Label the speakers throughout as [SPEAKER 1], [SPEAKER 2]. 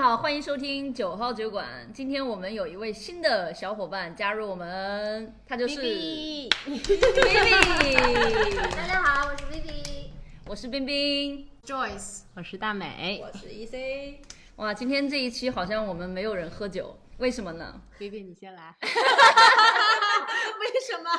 [SPEAKER 1] 好，欢迎收听九号酒馆。今天我们有一位新的小伙伴加入我们，他就是
[SPEAKER 2] B B
[SPEAKER 1] Vivi
[SPEAKER 3] 大家好，我是 Vivi。
[SPEAKER 1] 我是冰冰。
[SPEAKER 2] Joyce，我是大美
[SPEAKER 3] 我是 EC。
[SPEAKER 1] 哇，今天这一期好像我们没有人喝酒，为什么呢？
[SPEAKER 2] ，B B 你先来。
[SPEAKER 3] 为什么？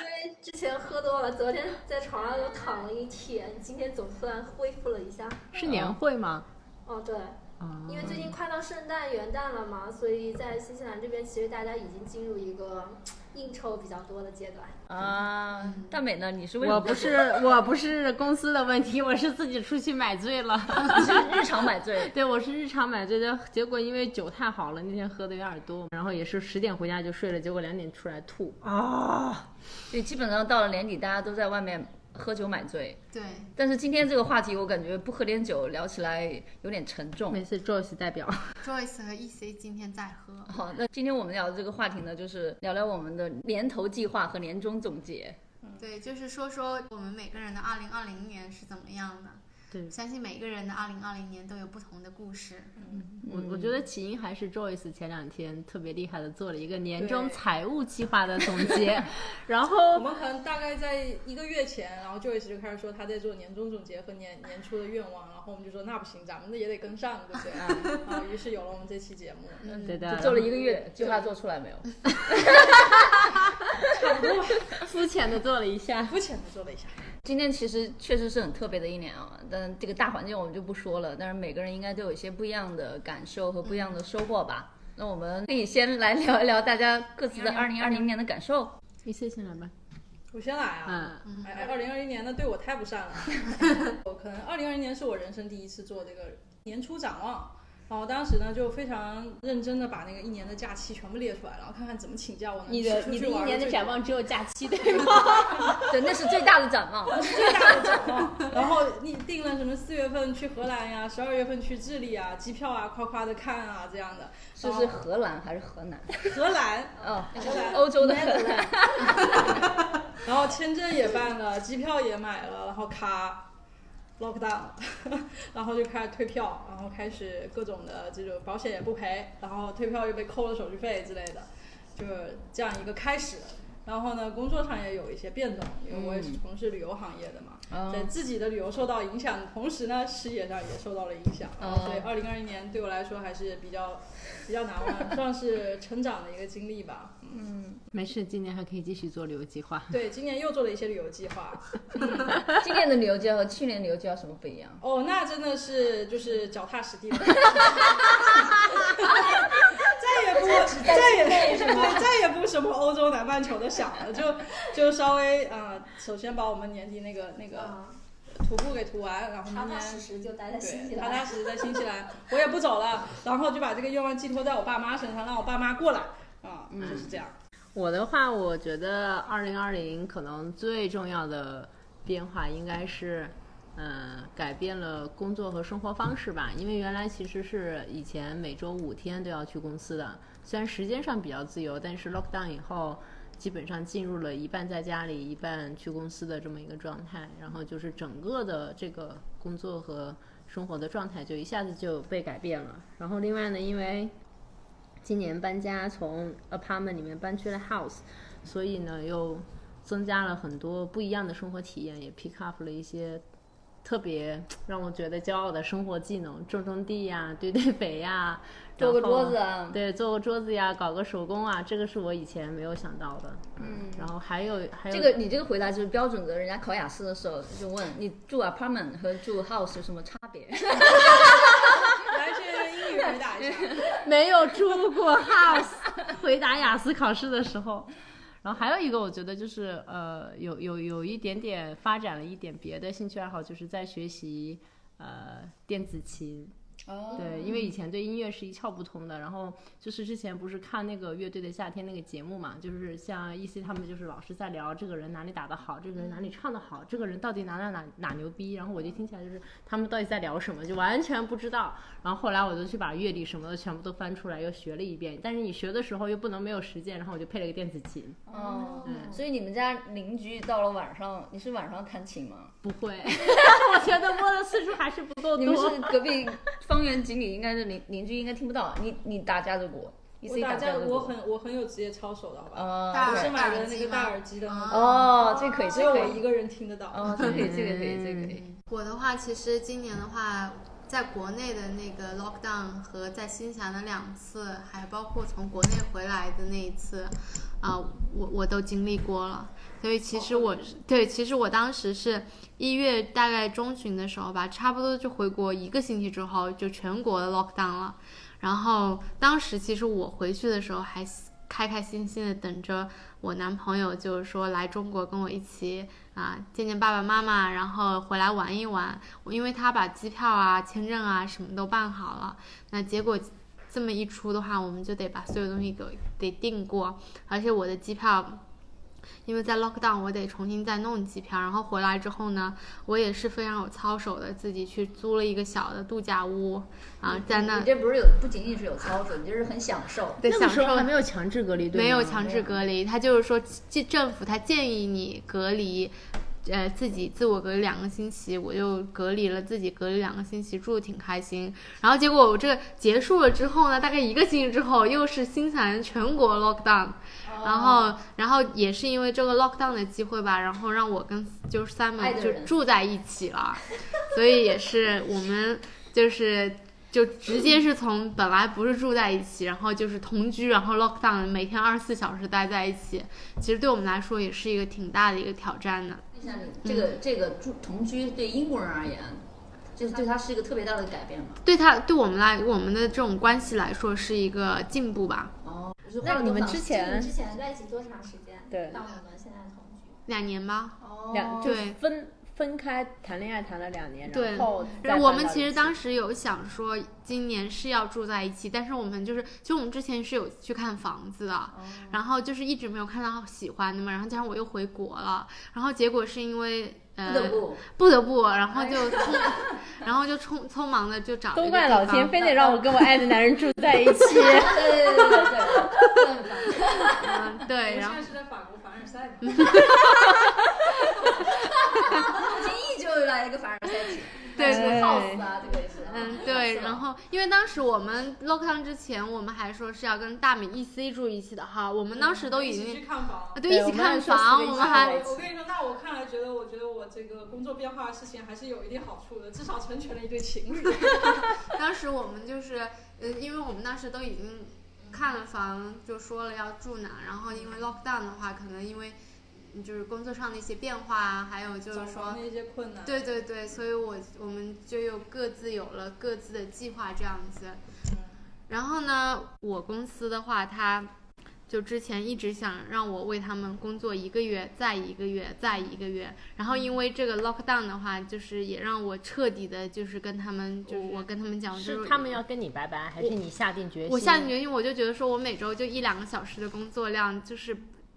[SPEAKER 3] 因为之前喝多了，昨天在床上又躺了一天，今天总算恢复了一下。
[SPEAKER 2] 是年会吗？
[SPEAKER 3] 哦，对，
[SPEAKER 2] 啊
[SPEAKER 3] 因为最近快到圣诞、元旦了嘛，所以在新西兰这边，其实大家已经进入一个应酬比较多的阶段。
[SPEAKER 1] 啊，大美呢？你是为什么
[SPEAKER 2] 我不是我不是公司的问题，我 是自己出去买醉了。？
[SPEAKER 1] 你是日常买醉
[SPEAKER 2] 对，我是日常买醉的，结果因为酒太好了，那天喝的有点多，然后也是十点回家就睡了，结果两点出来吐啊。
[SPEAKER 1] 对，基本上到了年底，大家都在外面喝酒买醉。
[SPEAKER 4] 对，
[SPEAKER 1] 但是今天这个话题，我感觉不喝点酒聊起来有点沉重。
[SPEAKER 2] 每次 Joyce 代表，
[SPEAKER 4] Joyce 和 EC 今天在喝，
[SPEAKER 1] 好，那今天我们聊的这个话题呢，就是聊聊我们的年头计划和年终总结。
[SPEAKER 4] 对，就是说说我们每个人的2020年是怎么样的。
[SPEAKER 2] 对
[SPEAKER 4] 相信每个人的2020年都有不同的故事。
[SPEAKER 2] 我我觉得起因还是 Joyce 前两天特别厉害的做了一个年终
[SPEAKER 5] 对
[SPEAKER 2] 财务计划的总结，然 后
[SPEAKER 5] 我们可能大概在一个月前，然后 Joyce 就开始说他在做年终总结和年年初的愿望，然后我们就说那不行，咱们的也得跟上，对不对？啊，于是有了我们这期节目，
[SPEAKER 2] 啊对的，
[SPEAKER 1] 就做了一个月，计划做出来没有？
[SPEAKER 2] 肤浅的做了一下。
[SPEAKER 5] 肤浅的做了一下。
[SPEAKER 1] 今天其实确实是很特别的一年啊，但这个大环境我们就不说了，但是每个人应该都有一些不一样的感受和不一样的收获吧。那我们可以先来聊一聊大家各自的二零二零年的感受。
[SPEAKER 2] 你谢谢人吧，
[SPEAKER 5] 我先来啊，
[SPEAKER 2] 嗯，
[SPEAKER 5] 哎，二零二零年呢对我太不善了， 我可能二零二零年是我人生第一次做这个年初展望。然后当时呢，就非常认真的把那个一年的假期全部列出来，然后看看怎么请假我能
[SPEAKER 2] 你的
[SPEAKER 5] 出
[SPEAKER 2] 你
[SPEAKER 5] 去
[SPEAKER 2] 的一
[SPEAKER 5] 玩
[SPEAKER 2] 年的
[SPEAKER 5] 最
[SPEAKER 2] 展
[SPEAKER 5] 多
[SPEAKER 2] 望只有假期对 吗？
[SPEAKER 1] 对，那是最大的展望。
[SPEAKER 5] 最大的展望。 然后你定了什么四月份去荷兰呀，十二月份去智利啊，机票啊，夸夸的看啊这样的。
[SPEAKER 1] 是是荷兰还是河南？
[SPEAKER 5] 荷兰，
[SPEAKER 1] 哦，
[SPEAKER 5] 荷兰。
[SPEAKER 1] 欧洲的荷兰。
[SPEAKER 5] 然后签证也办了，机票也买了，然后咔 lockdown，然后就开始退票，然后开始各种的这种保险也不赔，然后退票又被扣了手续费之类的，就是这样一个开始。然后呢，工作上也有一些变动，因为我也是从事旅游行业的嘛，
[SPEAKER 1] 哦
[SPEAKER 5] 在自己的旅游受到影响的同时呢，事业上也受到了影响。然后所以，二零二一年对我来说还是比较比较难忘，算是成长的一个经历吧。
[SPEAKER 2] 没事，今年还可以继续做旅游计划。
[SPEAKER 5] 对，今年又做了一些旅游计划，
[SPEAKER 1] 今年的旅游节和去年的旅游节有什么不一样？
[SPEAKER 5] 哦，那真的是就是脚踏实地了， 再也不再也对再也不什么欧洲南半球的想了，就就稍微啊、呃首先把我们年底那个那个
[SPEAKER 3] 啊，
[SPEAKER 5] 徒步给涂完，
[SPEAKER 4] 嗯
[SPEAKER 5] 然后
[SPEAKER 3] 踏
[SPEAKER 5] 明
[SPEAKER 3] 踏实
[SPEAKER 5] 年。
[SPEAKER 3] 实就待在新西
[SPEAKER 5] 对，踏踏
[SPEAKER 3] 兰。
[SPEAKER 5] 实实在新西兰，我也不走了，然后就把这个愿望寄托在我爸妈身上，让我爸妈过来啊，
[SPEAKER 1] 嗯
[SPEAKER 5] 就是这样。
[SPEAKER 2] 我的话，我觉得二零二零可能最重要的变化应该是，嗯，改变了工作和生活方式吧。因为原来其实是以前每周五天都要去公司的，虽然时间上比较自由，但是 lockdown 以后。基本上进入了一半在家里，一半去公司的这么一个状态，然后就是整个的这个工作和生活的状态就一下子就被改变了。然后另外呢，因为今年搬家从 apartment 里面搬去了 house，所以呢又增加了很多不一样的生活体验，也 pick up 了一些特别让我觉得骄傲的生活技能，种种地呀、堆堆肥呀、
[SPEAKER 1] 做个
[SPEAKER 2] 然后
[SPEAKER 1] 桌子啊
[SPEAKER 2] 对，做个桌子呀，搞个手工啊，这个是我以前没有想到的。嗯，然后还有还有
[SPEAKER 1] 这个你这个回答就是标准的，人家考雅思的时候就问你住 apartment 和住 house 有什么差别？
[SPEAKER 5] 来，先用英语回答一 下。
[SPEAKER 2] 没有住过 house，回 答雅思考试的时候。然后还有一个，我觉得就是呃，有有有一点点发展了一点别的兴趣爱好，就是在学习呃电子琴。
[SPEAKER 5] 哦，
[SPEAKER 2] 对，因为以前对音乐是一窍不通的。然后就是之前不是看那个乐队的夏天那个节目嘛，就是像 E C 他们就是老是在聊这个人哪里打得好，这个人哪里唱得好，这个人到底哪哪哪哪牛逼。然后我就听起来就是他们到底在聊什么，就完全不知道。然后后来我就去把乐理什么的全部都翻出来又学了一遍。但是你学的时候又不能没有实践，然后我就配了个电子琴，
[SPEAKER 1] 哦，所以你们家邻居到了晚上，你是晚上弹琴吗？
[SPEAKER 2] 不会，我觉得摸的次数还是不够多。
[SPEAKER 1] 你们是隔壁方方圆几里应该是邻邻居应该听不到，你你打架子鼓，你自
[SPEAKER 5] 我
[SPEAKER 1] 己
[SPEAKER 5] 打
[SPEAKER 1] 架
[SPEAKER 5] 架，
[SPEAKER 1] 子
[SPEAKER 5] 我
[SPEAKER 1] 鼓，
[SPEAKER 5] 很我很有职业操守的，好吧？
[SPEAKER 1] 啊
[SPEAKER 4] 大
[SPEAKER 5] 我是
[SPEAKER 4] 耳
[SPEAKER 5] 买
[SPEAKER 4] 大
[SPEAKER 5] 的
[SPEAKER 4] 耳
[SPEAKER 5] 那
[SPEAKER 4] 机
[SPEAKER 5] 个大
[SPEAKER 4] 吗
[SPEAKER 5] 耳机的那
[SPEAKER 4] 啊
[SPEAKER 5] 个，
[SPEAKER 1] 哦，这可以，
[SPEAKER 5] 只
[SPEAKER 1] 这
[SPEAKER 5] 有
[SPEAKER 1] 可
[SPEAKER 5] 我
[SPEAKER 1] 以
[SPEAKER 5] 一，个人听得到。
[SPEAKER 1] 哦，这可以，这个可以，这个可以。
[SPEAKER 4] 我的话，其实今年的话，在国内的那个 lockdown 和在新西兰的两次，还包括从国内回来的那一次，啊、我我都经历过了。所以其实我对，其实我当时是一月大概中旬的时候吧，差不多就回国一个星期之后，就全国的 lockdown 了。然后当时其实我回去的时候还开开心心的等着我男朋友，就是说来中国跟我一起啊见见爸爸妈妈，然后回来玩一玩。我因为他把机票啊、签证啊什么都办好了，那结果这么一出的话，我们就得把所有东西给得订过，而且我的机票。因为在 lockdown，我得重新再弄机票，然后回来之后呢，我也是非常有操守的，自己去租了一个小的度假屋，啊，在那
[SPEAKER 1] 你这不是有不仅仅是有操守，你这是很享受。
[SPEAKER 4] 得
[SPEAKER 2] 那
[SPEAKER 4] 享
[SPEAKER 2] 个时
[SPEAKER 4] 受
[SPEAKER 2] 候还没有强制隔离，对吗
[SPEAKER 4] 没有强制隔离，他就是说，政政府他建议你隔离，呃，自己自我隔离两个星期，我就隔离了自己隔离两个星期，住的挺开心。然后结果我这个结束了之后呢，大概一个星期之后，又是新西兰全国 lockdown，然
[SPEAKER 1] 哦
[SPEAKER 4] 后然后也是因为这个 lockdown 的机会吧，然后让我跟就是 Simon
[SPEAKER 1] 爱的
[SPEAKER 4] 就
[SPEAKER 1] 人
[SPEAKER 4] 住在一起了， 所以也是我们就是就直接是从本来不是住在一起，然后就是同居，然后 lockdown 每天二十四小时待在一起，其实对我们来说也是一个挺大的一个挑战的。
[SPEAKER 1] 问一下你，这个这个住同居对英国人而言，就是对他是一个特别大的改变嘛？
[SPEAKER 4] 对他对我们来我们的这种关系来说是一个进步吧。
[SPEAKER 1] 哦，就是花
[SPEAKER 2] 那
[SPEAKER 1] 了
[SPEAKER 2] 你们
[SPEAKER 1] 多少
[SPEAKER 2] 之
[SPEAKER 3] 就你
[SPEAKER 2] 前
[SPEAKER 3] 们之前在一起多长时间？
[SPEAKER 2] 对
[SPEAKER 3] 到我们现在同居，
[SPEAKER 4] 两年吧，
[SPEAKER 1] 哦
[SPEAKER 2] 两就
[SPEAKER 4] 对
[SPEAKER 2] 分分开谈恋爱谈了两年，
[SPEAKER 4] 对
[SPEAKER 2] 然后再
[SPEAKER 4] 我
[SPEAKER 2] 搬
[SPEAKER 4] 们
[SPEAKER 2] 到
[SPEAKER 4] 其
[SPEAKER 2] 一
[SPEAKER 4] 实
[SPEAKER 2] 起
[SPEAKER 4] 当时有想说今年是要住在一起，但是我们就是，其实我们之前是有去看房子的，
[SPEAKER 2] 哦
[SPEAKER 4] 然后就是一直没有看到喜欢的嘛，然后加上我又回国了，然后结果是因为呃
[SPEAKER 1] 不得不
[SPEAKER 4] 不得不，然 后就匆，然后就匆匆忙的就找了一
[SPEAKER 2] 都
[SPEAKER 4] 个
[SPEAKER 2] 怪
[SPEAKER 4] 地
[SPEAKER 2] 老
[SPEAKER 4] 方
[SPEAKER 2] 天，非得让我跟我爱的男人 住在一起。
[SPEAKER 1] 对对对 对对对，
[SPEAKER 4] 嗯
[SPEAKER 5] 我
[SPEAKER 4] 对，
[SPEAKER 5] 们
[SPEAKER 4] 然
[SPEAKER 5] 现
[SPEAKER 4] 后
[SPEAKER 5] 在是在法国凡尔赛嘛，
[SPEAKER 1] 不经意就来一个凡尔赛体，
[SPEAKER 4] 对
[SPEAKER 1] 这
[SPEAKER 2] 对
[SPEAKER 1] 个 house 啊，这个也是啊。
[SPEAKER 4] 嗯，对，然后因为当时我们 lockdown 之前，我们还说是要跟大米一 C 住一起的哈，我们当时都已
[SPEAKER 5] 一起
[SPEAKER 4] 经
[SPEAKER 5] 去看房
[SPEAKER 4] 啊。
[SPEAKER 5] 我
[SPEAKER 4] 对
[SPEAKER 2] 对
[SPEAKER 4] 一
[SPEAKER 2] 我
[SPEAKER 4] 起
[SPEAKER 2] 们还
[SPEAKER 4] 看
[SPEAKER 2] 说四
[SPEAKER 4] 房，
[SPEAKER 2] 个一
[SPEAKER 4] 我
[SPEAKER 2] 起
[SPEAKER 4] 们
[SPEAKER 2] 看
[SPEAKER 4] 还
[SPEAKER 2] 房
[SPEAKER 5] 我跟你说，那我看来觉得，我觉得我这个工作变化的事情还是有一定好处的，至少成全了一对情侣。
[SPEAKER 4] 当时我们就是，呃，因为我们当时都已经看了房，就说了要住哪，然后因为 lockdown 的话，可能因为嗯就是工作上的一些变化啊，还有就
[SPEAKER 5] 找
[SPEAKER 4] 是说
[SPEAKER 5] 房的一些困难，
[SPEAKER 4] 对对对，所以我我们就又各自有了各自的计划这样子。然后呢，我公司的话，他就之前一直想让我为他们工作一个月，再一个月，再一个月。然后因为这
[SPEAKER 2] 嗯
[SPEAKER 4] 个 lockdown 的话，就是也让我彻底的，就是跟他们，就是我跟他们讲，就是
[SPEAKER 2] 他们要跟你拜拜，还是你下定决心？
[SPEAKER 4] 我下定决心，我就觉得说我每周就一两个小时的工作量，就是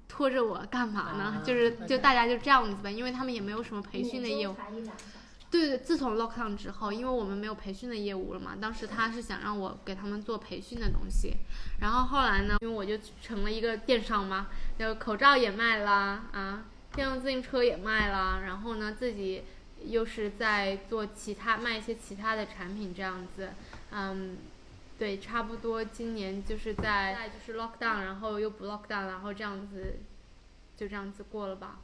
[SPEAKER 4] 拖着我干嘛呢？
[SPEAKER 2] 啊
[SPEAKER 4] 就是
[SPEAKER 2] ，OK
[SPEAKER 4] 就大家就这样子吧，因为他们也没有什么培训的业务
[SPEAKER 3] 每周。才一两个小时
[SPEAKER 4] 对对，自从 lockdown 之后，因为我们没有培训的业务了嘛，当时他是想让我给他们做培训的东西，然后后来呢，因为我就成了一个电商嘛，就口罩也卖啦，啊，电动自行车也卖啦，然后呢，自己又是在做其他卖一些其他的产品这样子，嗯。对，差不多今年就是在在就是 lockdown，然后又不 lockdown，然后这样子，就这样子过了吧。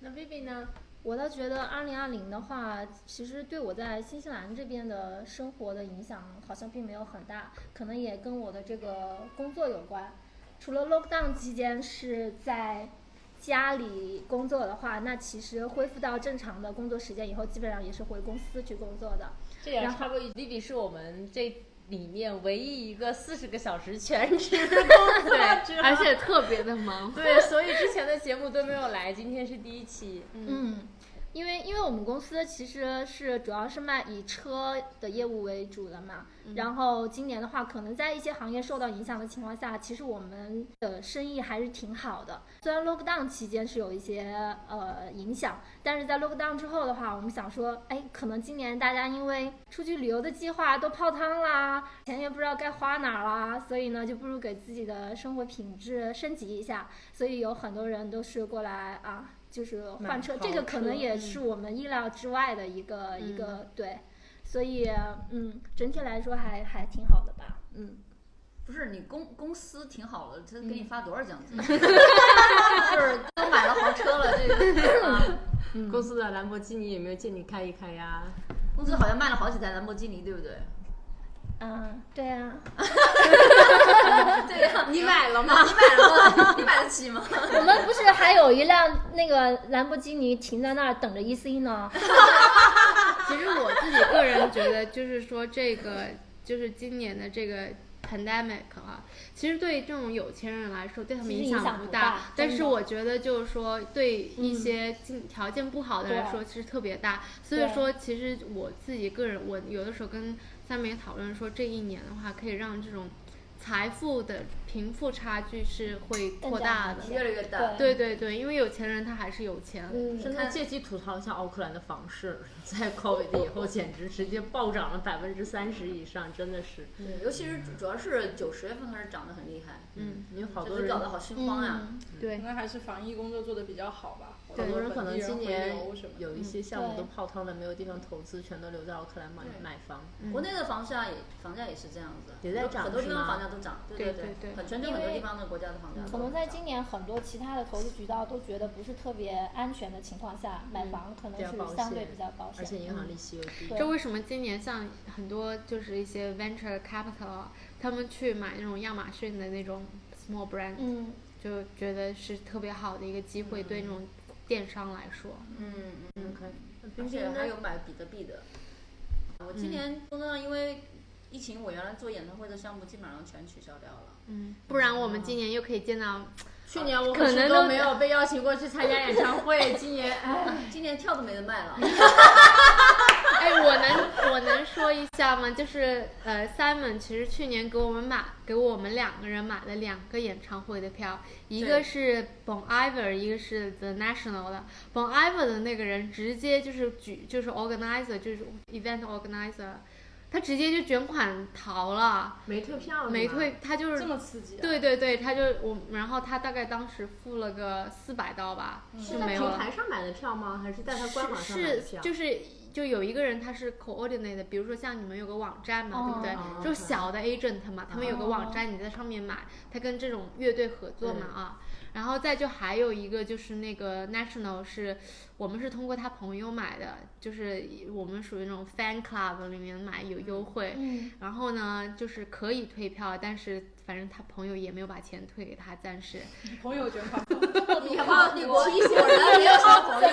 [SPEAKER 6] 那 Vivi 呢？我倒觉得二零二零的话，其实对我在新西兰这边的生活的影响好像并没有很大，可能也跟我的这个工作有关。除了 lockdown 期间是在家里工作的话，那其实恢复到正常的工作时间以后，基本上也是回公司去工作的。
[SPEAKER 2] 这也
[SPEAKER 6] 然后
[SPEAKER 2] 差不多。丽丽是我们这里面唯一一个四十个小时全职的工作者，
[SPEAKER 4] 而且特别的忙。
[SPEAKER 2] 对，所以之前的节目都没有来，今天是第一期。
[SPEAKER 6] 嗯，因为因为我们公司其实是主要是卖以车的业务为主的嘛，
[SPEAKER 2] 嗯
[SPEAKER 6] 然后今年的话，可能在一些行业受到影响的情况下，其实我们的生意还是挺好的。虽然 lockdown 期间是有一些呃影响，但是在 lockdown 之后的话，我们想说，哎，可能今年大家因为出去旅游的计划都泡汤啦，钱也不知道该花哪儿啦，所以呢，就不如给自己的生活品质升级一下。所以有很多人都是过来啊，就是换车，
[SPEAKER 2] 买豪
[SPEAKER 6] 这个可能
[SPEAKER 2] 车
[SPEAKER 6] 嗯也是我们意料之外的一个、一个对。所以嗯，整体来说还还挺好的吧，嗯。
[SPEAKER 1] 不是你公公司挺好了，他给你发多少奖 金？
[SPEAKER 4] 就是都买了豪车了，这个啊
[SPEAKER 2] 公司的兰博基尼有没有借你开一开呀？
[SPEAKER 1] 公司好像卖了好几台兰博基尼，对不对？
[SPEAKER 6] 嗯，对啊，
[SPEAKER 1] 对呀、啊
[SPEAKER 4] 你买了吗？
[SPEAKER 1] 你买了 吗？你买得起吗？
[SPEAKER 6] 我们不是还有一辆那个兰博基尼停在那儿等着 EC 呢？
[SPEAKER 4] 其实我自己个人觉得，就是说这个，就是今年的这个 pandemic 啊，其实对这种有钱人来说，对他们
[SPEAKER 6] 其实
[SPEAKER 4] 影
[SPEAKER 6] 影响
[SPEAKER 4] 不
[SPEAKER 6] 不
[SPEAKER 4] 大
[SPEAKER 6] 大
[SPEAKER 4] 但
[SPEAKER 6] 真
[SPEAKER 4] 是
[SPEAKER 6] 的嗯
[SPEAKER 4] 我觉得，就是说对一些经条件不好的人来说，其实特别大。所以
[SPEAKER 6] 对
[SPEAKER 4] 说，其实我自己个人，我有的时候跟三明讨论说，这一年的话，可以让这种财富的贫富差距是会扩大的。
[SPEAKER 6] 更加
[SPEAKER 1] 越来越大。
[SPEAKER 4] 对对对，因为有钱人他还是有钱。
[SPEAKER 6] 嗯，
[SPEAKER 2] 真的借机吐槽一下奥克兰的房市，在 COVID 以后简直直接暴涨了百分之三十以上，真的是，
[SPEAKER 1] 对，嗯尤其是主主要是九十月份开始涨得很厉害，
[SPEAKER 4] 嗯，
[SPEAKER 2] 有好
[SPEAKER 1] 这
[SPEAKER 2] 多
[SPEAKER 1] 是
[SPEAKER 2] 人
[SPEAKER 1] 搞得好心慌呀。
[SPEAKER 6] 嗯
[SPEAKER 4] 对
[SPEAKER 5] 可。能还是防疫工作做得比较好吧。
[SPEAKER 2] 好多
[SPEAKER 5] 我
[SPEAKER 2] 人
[SPEAKER 5] 觉得
[SPEAKER 2] 可能
[SPEAKER 5] 本地
[SPEAKER 2] 今
[SPEAKER 5] 回
[SPEAKER 2] 年
[SPEAKER 5] 流什么的
[SPEAKER 2] 有一些项目
[SPEAKER 6] 对
[SPEAKER 2] 都泡汤了，没有地方投资，全都留在奥克兰买
[SPEAKER 1] 对嗯
[SPEAKER 2] 买房。
[SPEAKER 1] 国内的房价也房价也是这样子，
[SPEAKER 2] 也在涨
[SPEAKER 1] 很多地
[SPEAKER 2] 是
[SPEAKER 1] 方
[SPEAKER 2] 吗
[SPEAKER 1] 房价都涨，对嗯
[SPEAKER 4] 对对对
[SPEAKER 1] 很全球很多地方的国家的房价都涨。
[SPEAKER 6] 可能在今年很多其他的投资渠道都觉得不是特别安全的情况下，买房可能
[SPEAKER 2] 比较保
[SPEAKER 6] 是相对
[SPEAKER 2] 险
[SPEAKER 6] 嗯比较保
[SPEAKER 2] 而且
[SPEAKER 6] 险。
[SPEAKER 2] 银行利息又低，
[SPEAKER 6] 对
[SPEAKER 4] 这为什么今年像很多就是一些 venture capital，啊他们去买那种亚马逊的那种 small brand，、
[SPEAKER 6] 嗯，
[SPEAKER 4] 就觉得是特别好的一个机会，对那种电商来说，
[SPEAKER 1] 嗯嗯，
[SPEAKER 2] OK，
[SPEAKER 1] 而且还有买比特币的。我今年工作上因为疫情，我原来做演唱会的项目基本上全取消掉了。
[SPEAKER 4] 嗯，不然我们今年又可以见到，
[SPEAKER 2] 去年我
[SPEAKER 4] 可
[SPEAKER 2] 可是
[SPEAKER 4] 能
[SPEAKER 2] 都
[SPEAKER 4] 都
[SPEAKER 2] 没有被邀请过去参加演唱会，今年哎，
[SPEAKER 1] 今年票都没得卖了，
[SPEAKER 4] 哎，我能我能说一下吗？就是呃，Simon 其实去年给我们买给我们两个人买了两个演唱会的票，一个
[SPEAKER 1] 对
[SPEAKER 4] 是 Bon Iver，一个是 The National 的。Bon Iver 的那个人直接就是举就是 organizer 就是 event organizer，他直接就卷款逃了，
[SPEAKER 2] 没退票，
[SPEAKER 4] 没退，，他就是
[SPEAKER 5] 这么刺激、啊，
[SPEAKER 4] 对对对，他就我，然后他大概当时付了个四百刀吧，
[SPEAKER 2] 嗯是
[SPEAKER 4] 就
[SPEAKER 2] 在
[SPEAKER 4] 没有
[SPEAKER 2] 平
[SPEAKER 4] 了。
[SPEAKER 2] 台上买的票吗？还是在他官网上买的啊
[SPEAKER 4] 是
[SPEAKER 2] 票？
[SPEAKER 4] 就是就有一个人他是 coordinate 的，比如说像你们有个网站嘛，对不对？
[SPEAKER 2] 哦
[SPEAKER 4] 就是小的 agent 嘛，他们有个网站，你在上面买，他跟这种乐队合作
[SPEAKER 2] 嗯
[SPEAKER 4] 嘛啊。然后再就还有一个就是那个 national 是我们是通过他朋友买的，就是我们属于那种 fan club 里面买有优惠。
[SPEAKER 6] 嗯
[SPEAKER 4] 然后呢，就是可以退票，但是反正他朋友也没有把钱退给他，暂时。
[SPEAKER 5] 朋友卷款，
[SPEAKER 1] 你看你国
[SPEAKER 3] 提醒人也好朋友，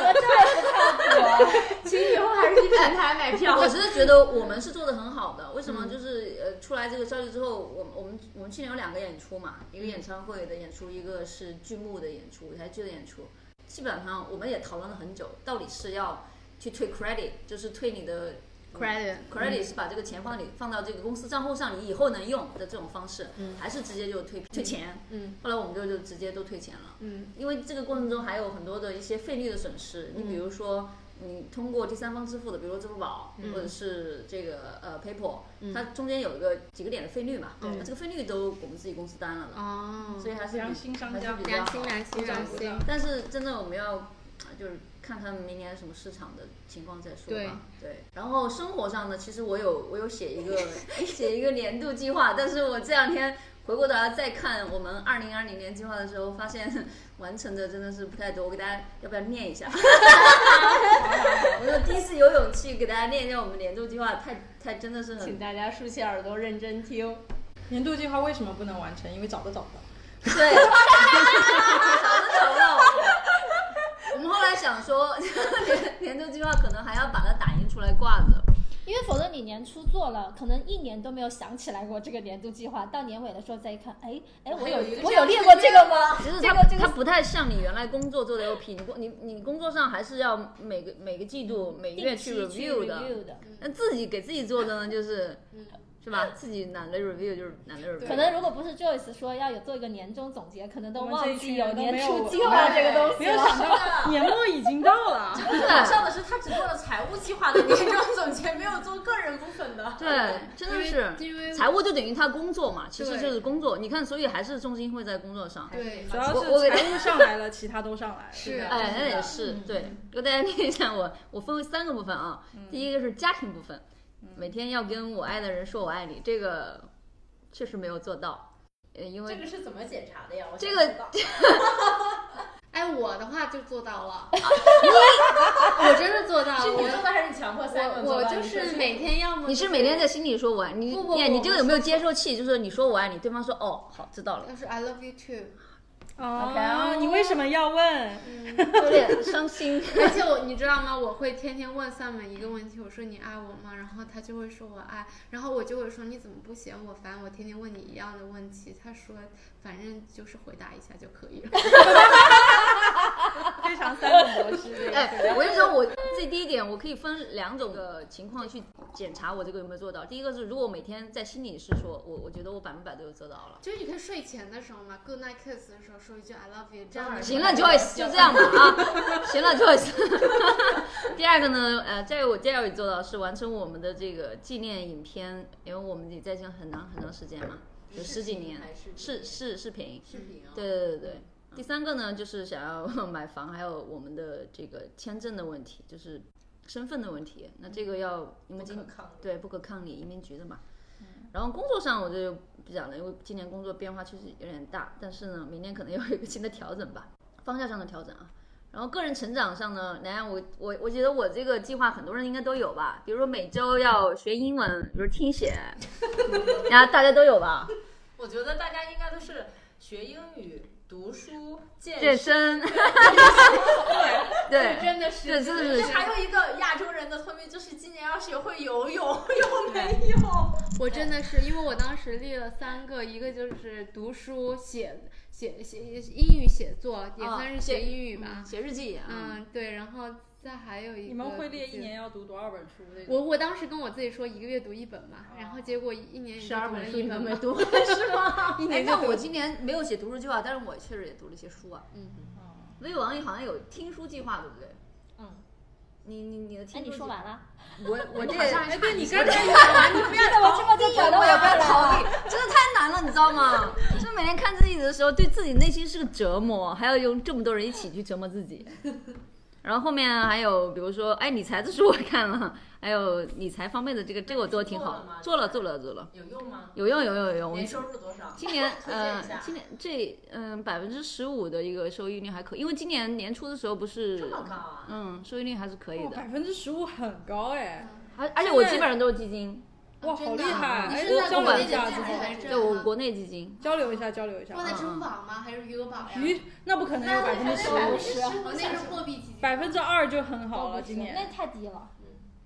[SPEAKER 2] 请以后还是去平台买票。
[SPEAKER 1] 我是觉得我们是做的很好的，为什么？就是呃，出来这个消息之后，我们我们我们去年有两个演出嘛，一个演唱会的演出，一个是剧目的演出，舞台剧的演出。基本上我们也讨论了很久，到底是要去退 credit，就是退你的
[SPEAKER 2] 嗯
[SPEAKER 4] credit
[SPEAKER 1] credit 是把这个钱放你放到这个公司账户上，你以后能用的这种方式，还是直接就退退钱？
[SPEAKER 4] 嗯，
[SPEAKER 1] 后来我们就就直接都退钱了。
[SPEAKER 4] 嗯，
[SPEAKER 1] 因为这个过程中还有很多的一些费率的损失，你比如说。你通过第三方支付的，比如说支付宝、
[SPEAKER 4] 嗯
[SPEAKER 1] 或者是这个呃 PayPal，、它中间有一个几个点的费率嘛，那这个费率都我们自己公司担了的，
[SPEAKER 4] 嗯哦，
[SPEAKER 1] 所以还是比
[SPEAKER 5] 良心商
[SPEAKER 1] 还是
[SPEAKER 5] 家
[SPEAKER 1] 比较
[SPEAKER 4] 良
[SPEAKER 1] 好
[SPEAKER 4] 心，。良心，良心。
[SPEAKER 1] 但是真正我们要呃就是看看明年什么市场的情况再说吧。对然后生活上呢，其实我有我有写一个写一个年度计划，但是我这两天回过头来再看我们二零二零年计划的时候，发现 完成的真的是不太多。我给大家要不要念一下？ 我说第一次有勇气给大家念一下我们年度计划，太太真的是很
[SPEAKER 2] 大家竖起耳朵认真听。
[SPEAKER 5] 年度计划为什么不能完成？因为找都找不 到。
[SPEAKER 1] 对，找都找不到。我们后来想说， 年年度计划可能还要把它打印出来挂着。
[SPEAKER 6] 因为否则你年初做了，可能一年都没有想起来过这个年度计划，到年尾的时候再一看，哎哎，我
[SPEAKER 5] 还
[SPEAKER 6] 有
[SPEAKER 5] 有一个
[SPEAKER 6] 我
[SPEAKER 5] 这
[SPEAKER 6] 有
[SPEAKER 5] 样
[SPEAKER 6] 列
[SPEAKER 5] 的
[SPEAKER 6] 过
[SPEAKER 5] 计
[SPEAKER 6] 这个吗？
[SPEAKER 1] 其实
[SPEAKER 6] 这
[SPEAKER 1] 它
[SPEAKER 6] 个这
[SPEAKER 1] 它
[SPEAKER 6] 个
[SPEAKER 1] 不太像你原来工作做的 LP，你工你你工作上还是要每个每个季度每个月
[SPEAKER 6] 定
[SPEAKER 1] 去
[SPEAKER 6] 期去
[SPEAKER 1] review 的。
[SPEAKER 6] review 的，
[SPEAKER 1] 那自己给自己做的呢，就是是吧？自己懒得 review 就是懒得 review。
[SPEAKER 6] 可能如果不是 Joyce 说要有做一个年终总结，可能都
[SPEAKER 5] 我们这
[SPEAKER 6] 忘
[SPEAKER 5] 一
[SPEAKER 6] 记
[SPEAKER 5] 群
[SPEAKER 6] 有
[SPEAKER 5] 人都
[SPEAKER 6] 年
[SPEAKER 5] 没
[SPEAKER 6] 初
[SPEAKER 5] 有
[SPEAKER 6] 计划这个东西
[SPEAKER 5] 没有
[SPEAKER 6] 了。
[SPEAKER 5] 想到年末已经到了，
[SPEAKER 1] 对
[SPEAKER 3] 上的是他只做了财务计划的年终总结，没有做个人部分的。
[SPEAKER 1] 对，真的是
[SPEAKER 4] 因为
[SPEAKER 1] 财务就等于他工作嘛，其实
[SPEAKER 4] 对
[SPEAKER 1] 就是工作。你看，所以还是重心会在工作上。
[SPEAKER 4] 对
[SPEAKER 5] 主要
[SPEAKER 1] 我我给
[SPEAKER 5] 是财务上来了，其他都上来了。
[SPEAKER 4] 是
[SPEAKER 5] 的
[SPEAKER 1] 哎，那
[SPEAKER 5] 是
[SPEAKER 1] 也
[SPEAKER 5] 的
[SPEAKER 1] 是，对，给大家念一下我，我分为三个部分啊。第一个是家庭部分，每天要跟我爱的人说我爱你，这个确实没有做到，呃，因
[SPEAKER 7] 这
[SPEAKER 1] 为
[SPEAKER 7] 个是怎么检查的呀？我
[SPEAKER 1] 这个
[SPEAKER 7] 想知道
[SPEAKER 4] 哎，我的话就做到了，我真的做到了，
[SPEAKER 7] 是你做
[SPEAKER 4] 啊我
[SPEAKER 7] 的还是你强迫 Simon
[SPEAKER 4] 我
[SPEAKER 7] 做
[SPEAKER 4] 我
[SPEAKER 7] 的？
[SPEAKER 4] 就
[SPEAKER 7] 你说
[SPEAKER 4] 是每天要么
[SPEAKER 1] 你是每天在心里说我爱你，
[SPEAKER 4] 不不
[SPEAKER 1] 你你
[SPEAKER 4] 不
[SPEAKER 1] 这个有没有接受器？就是你说我爱你，对方说哦好知道了，
[SPEAKER 4] 就是 I love you too，
[SPEAKER 5] 啊，你为什么要问？
[SPEAKER 1] 有点伤心。
[SPEAKER 4] 而且我你知道吗？我会天天问 Simon 一个问题，我说你爱我吗？然后他就会说我爱，然后我就会说你怎么不嫌我烦？我天天问你一样的问题，他说反正就是回答一下就可以了。
[SPEAKER 5] 非常三种模式。
[SPEAKER 1] 哎，我就说我这第一点，我可以分两种的情况去检查我这个有没有做到。第一个是，如果每天在心里是说我，我觉得我百分百都有做到了。
[SPEAKER 4] 就是你可以睡前的时候嘛，Good night kiss 的时候说一句 I love you，这样的
[SPEAKER 1] 行了，Joyce，就这啊样吧啊，行了，Joyce。第二个呢，呃，在我第二位做到是完成我们的这个纪念影片，因为我们也在这很长很长时间嘛，有十几年，是是视频，
[SPEAKER 7] 视频啊，
[SPEAKER 1] 对对对对。第三个呢，就是想要 买房，还有我们的这个签证的问题，就是身份的问题。那这个要因为
[SPEAKER 7] 不
[SPEAKER 1] 今
[SPEAKER 7] 可抗力。
[SPEAKER 1] 对不可抗力移民局的嘛。然后工作上我就不讲了，因为今年工作变化确实有点大，但是呢，明年可能有一个新的调整吧， 方向上的调整啊。然后个人成长上呢，南安，我我我觉得我这个计划很多人应该都有吧，比如说每周要学英文，比如听写，然后大家都有吧，
[SPEAKER 7] 我觉得大家应该都是学英语、读书、健
[SPEAKER 1] 健身，对
[SPEAKER 7] 真的是，
[SPEAKER 1] 对真的是
[SPEAKER 7] 还有一个亚洲人的通病就是今年要学会游泳，有没有？
[SPEAKER 4] 我真的是，因为我当时列了三个，一个就是读书、写写写英语写作，也
[SPEAKER 1] 啊
[SPEAKER 4] 算是
[SPEAKER 1] 写
[SPEAKER 4] 学英语吧。
[SPEAKER 1] 写日记啊，
[SPEAKER 4] 嗯，对，然后再还有一个，
[SPEAKER 5] 你们会列一？年要读多少本书？这种
[SPEAKER 4] 我我当时跟我自己说一个月读一本嘛，然后结果一年也就
[SPEAKER 2] 十二
[SPEAKER 4] 读了
[SPEAKER 2] 本书
[SPEAKER 4] 一
[SPEAKER 2] 你们
[SPEAKER 4] 本
[SPEAKER 2] 没
[SPEAKER 4] 嘛。
[SPEAKER 2] 读，
[SPEAKER 1] 哎，那我今年没有写读书计划，但是我确实也读了一些书啊。
[SPEAKER 4] 嗯，
[SPEAKER 1] 微网易好像有听书计划，对不对？
[SPEAKER 6] 嗯，
[SPEAKER 1] 你你你的听
[SPEAKER 6] 哎，
[SPEAKER 1] 书计
[SPEAKER 6] 你
[SPEAKER 1] 划
[SPEAKER 6] 说完了，
[SPEAKER 1] 我我这
[SPEAKER 5] 哎，对你刚才
[SPEAKER 6] 我这么就搞得我
[SPEAKER 1] 我也不
[SPEAKER 6] 要
[SPEAKER 1] 要
[SPEAKER 6] 了。
[SPEAKER 1] 逃避， 真的太难了，你知道吗？ 就每天看自己的时候，对自己内心是个折磨，还要用这么多人一起去折磨自己。然后后面还有，比如说，哎，理财的书我看了，还有理财方面的这个，这个我都挺好，
[SPEAKER 7] 做
[SPEAKER 1] 做了
[SPEAKER 7] 了吗
[SPEAKER 1] 做了做了，
[SPEAKER 7] 有用吗？
[SPEAKER 1] 有用有用有用。我们
[SPEAKER 7] 年收入多少？
[SPEAKER 1] 今 年
[SPEAKER 7] 推荐
[SPEAKER 1] 呃
[SPEAKER 7] 一下，
[SPEAKER 1] 今年这嗯百分之十五的一个收益率还可以，因为今年年初的时候不是
[SPEAKER 7] 这么高啊？
[SPEAKER 1] 嗯收益率还是可以的，
[SPEAKER 5] 哦百分之十五很高哎，
[SPEAKER 1] 而而且我基本上都是基金，
[SPEAKER 5] 哇，
[SPEAKER 4] 真
[SPEAKER 5] 好
[SPEAKER 4] 的
[SPEAKER 5] 厉
[SPEAKER 4] 啊
[SPEAKER 5] 害！
[SPEAKER 4] 你
[SPEAKER 5] 哎，
[SPEAKER 4] 是在
[SPEAKER 5] 交
[SPEAKER 4] 国
[SPEAKER 5] 流
[SPEAKER 4] 内
[SPEAKER 5] 一
[SPEAKER 4] 的
[SPEAKER 5] 下，
[SPEAKER 4] 自己还是啊
[SPEAKER 1] 对我国内基金。
[SPEAKER 5] 交流一下，交流一下
[SPEAKER 4] 放在支
[SPEAKER 5] 啊。
[SPEAKER 4] 付宝吗？还是余额宝呀？
[SPEAKER 5] 鱼，那不可能有百分之十
[SPEAKER 6] 百分
[SPEAKER 5] 五
[SPEAKER 6] 之，十，
[SPEAKER 4] 我那是货币基金。
[SPEAKER 5] 百分之二就很
[SPEAKER 6] 都
[SPEAKER 5] 好了。
[SPEAKER 6] 不是
[SPEAKER 5] 今年
[SPEAKER 6] 那太低了。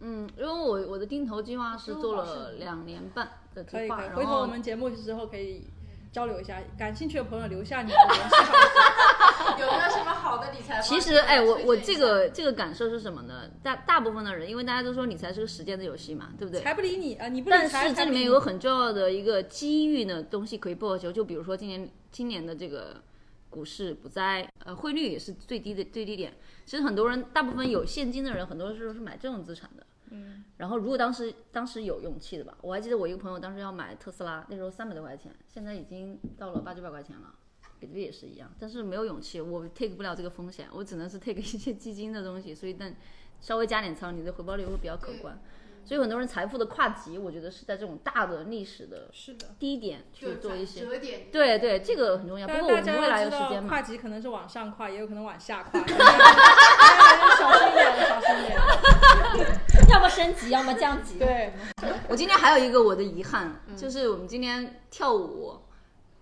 [SPEAKER 1] 嗯，因为我我的定投计划是做了两年半的
[SPEAKER 5] 可
[SPEAKER 1] 计
[SPEAKER 5] 以
[SPEAKER 1] 划，
[SPEAKER 5] 可以，
[SPEAKER 1] 然
[SPEAKER 5] 回头我
[SPEAKER 1] 后
[SPEAKER 5] 们节目之后可以交流一下，感兴趣的朋友留下你的联系 方式。
[SPEAKER 7] 有没有什么好的理财方式？
[SPEAKER 1] 其实哎，我我
[SPEAKER 7] 推荐
[SPEAKER 1] 这
[SPEAKER 7] 一下
[SPEAKER 1] 个这个感受是什么呢？大大部分的人，因为大家都说理财是个时间的游戏嘛，对不对？
[SPEAKER 5] 才不理你啊！你不理
[SPEAKER 1] 但
[SPEAKER 5] 财
[SPEAKER 1] 是这
[SPEAKER 5] 才
[SPEAKER 1] 里
[SPEAKER 5] 不理
[SPEAKER 1] 面
[SPEAKER 5] 你
[SPEAKER 1] 有个很重要的一个机遇呢，东西可以不可求。就比如说今年今年的这个股市股灾，呃，汇率也是最低的最低点。其实很多人，大部分有现金的人，很多时候是买这种资产的。嗯。然后如果当时当时有勇气的吧，我还记得我一个朋友当时要买特斯拉，那时候三百多块钱，现在已经到了八九百块钱了。比特币也是一样，但是没有勇气，我 take 不了这个风险，我只能是 take 一些基金的东西，所以但稍微加点仓，你的回报率会比较可观。所以很多人财富的跨级，我觉得是在这种大的历史的
[SPEAKER 5] 是的，
[SPEAKER 1] 低点去
[SPEAKER 4] 就
[SPEAKER 1] 做一些。
[SPEAKER 4] 折点。
[SPEAKER 1] 对对，这个很重要。不
[SPEAKER 5] 但
[SPEAKER 1] 过
[SPEAKER 5] 是
[SPEAKER 1] 我们
[SPEAKER 5] 大家
[SPEAKER 1] 未来
[SPEAKER 5] 要
[SPEAKER 1] 有
[SPEAKER 5] 知
[SPEAKER 1] 时
[SPEAKER 5] 道，
[SPEAKER 1] 间嘛
[SPEAKER 5] 跨，级可能是往上跨，也有可能往下 跨，大家还是小心一点，小心一点。
[SPEAKER 6] 要么升级，要么降级。
[SPEAKER 5] 对，
[SPEAKER 1] 我今天还有一个我的遗憾，
[SPEAKER 2] 嗯
[SPEAKER 1] 就是我们今天跳舞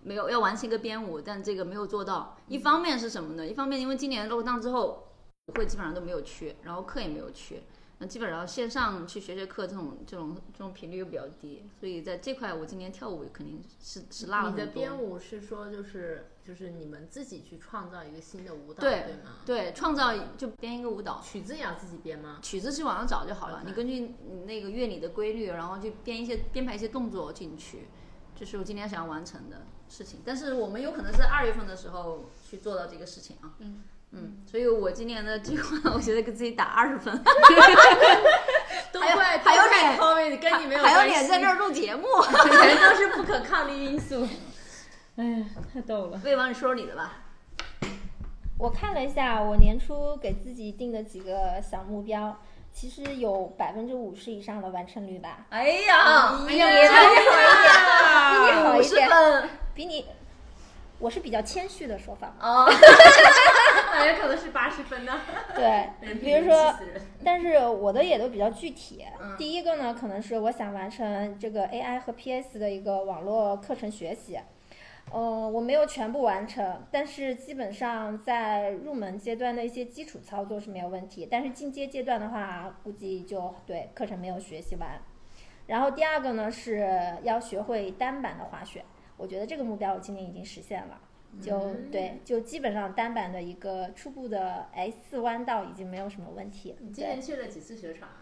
[SPEAKER 1] 没有要完成一个编舞，但这个没有做到。
[SPEAKER 2] 嗯
[SPEAKER 1] 一方面是什么呢？一方面因为今年 lock down 之后，舞会基本上都没有去，然后课也没有去，那基本上线上去学学课这种这种这种频率又比较低，所以在这块我今年跳舞肯定是是落了很
[SPEAKER 2] 你
[SPEAKER 1] 多。
[SPEAKER 2] 的编舞是说就是就是你们自己去创造一个新的舞蹈，
[SPEAKER 1] 对
[SPEAKER 2] 对吗？
[SPEAKER 1] 对，创造就编一个舞蹈，
[SPEAKER 2] 曲子也要自己编吗？
[SPEAKER 1] 曲子去网上找就好了，
[SPEAKER 2] OK
[SPEAKER 1] 你根据你那个乐理的规律，然后去编一些编排一些动作进去，这是我今天想要完成的事情。但是我们有可能是二月份的时候去做到这个事情啊。
[SPEAKER 4] 嗯
[SPEAKER 1] 嗯所以我今年的计划，我 觉得给自己打二十 分，
[SPEAKER 7] 都
[SPEAKER 1] 还有
[SPEAKER 7] 怪
[SPEAKER 1] 还有
[SPEAKER 7] 都怪
[SPEAKER 1] 脸
[SPEAKER 7] Tommy 跟你没有
[SPEAKER 1] 还
[SPEAKER 7] 关
[SPEAKER 1] 有脸
[SPEAKER 7] 系
[SPEAKER 1] 在这儿录 节目。
[SPEAKER 7] 全都是不可抗力因素。
[SPEAKER 6] 哎呀，太逗了。
[SPEAKER 1] 魏王，你说说你的吧。
[SPEAKER 6] 我看了一下我年初给自己定的几个小目标，其实有百分之五十以上的完成率吧，
[SPEAKER 1] 哎呀，
[SPEAKER 6] 哎呀，也比你好
[SPEAKER 1] 啊五
[SPEAKER 6] 一
[SPEAKER 1] 十
[SPEAKER 6] 点，
[SPEAKER 1] 分，
[SPEAKER 6] 比你好一点，比你，我是比较谦虚的说法
[SPEAKER 1] 哦，
[SPEAKER 7] 感觉可能是八十分呢。
[SPEAKER 6] 对，比如说，但是我的也都比较具体。
[SPEAKER 1] 嗯
[SPEAKER 6] 第一个呢，可能是我想完成这个 AI 和 PS 的一个网络课程学习。呃，我没有全部完成，但是基本上在入门阶段的一些基础操作是没有问题。但是进阶阶段的话，估计就对课程没有学习完。然后第二个呢，是要学会单板的滑雪。我觉得这个目标我今年已经实现了，
[SPEAKER 1] 嗯
[SPEAKER 6] 就、对，就基本上单板的一个初步的 S 弯道已经没有什么问题。
[SPEAKER 1] 嗯
[SPEAKER 2] 你今
[SPEAKER 6] 对。
[SPEAKER 2] 年去了几次雪场啊？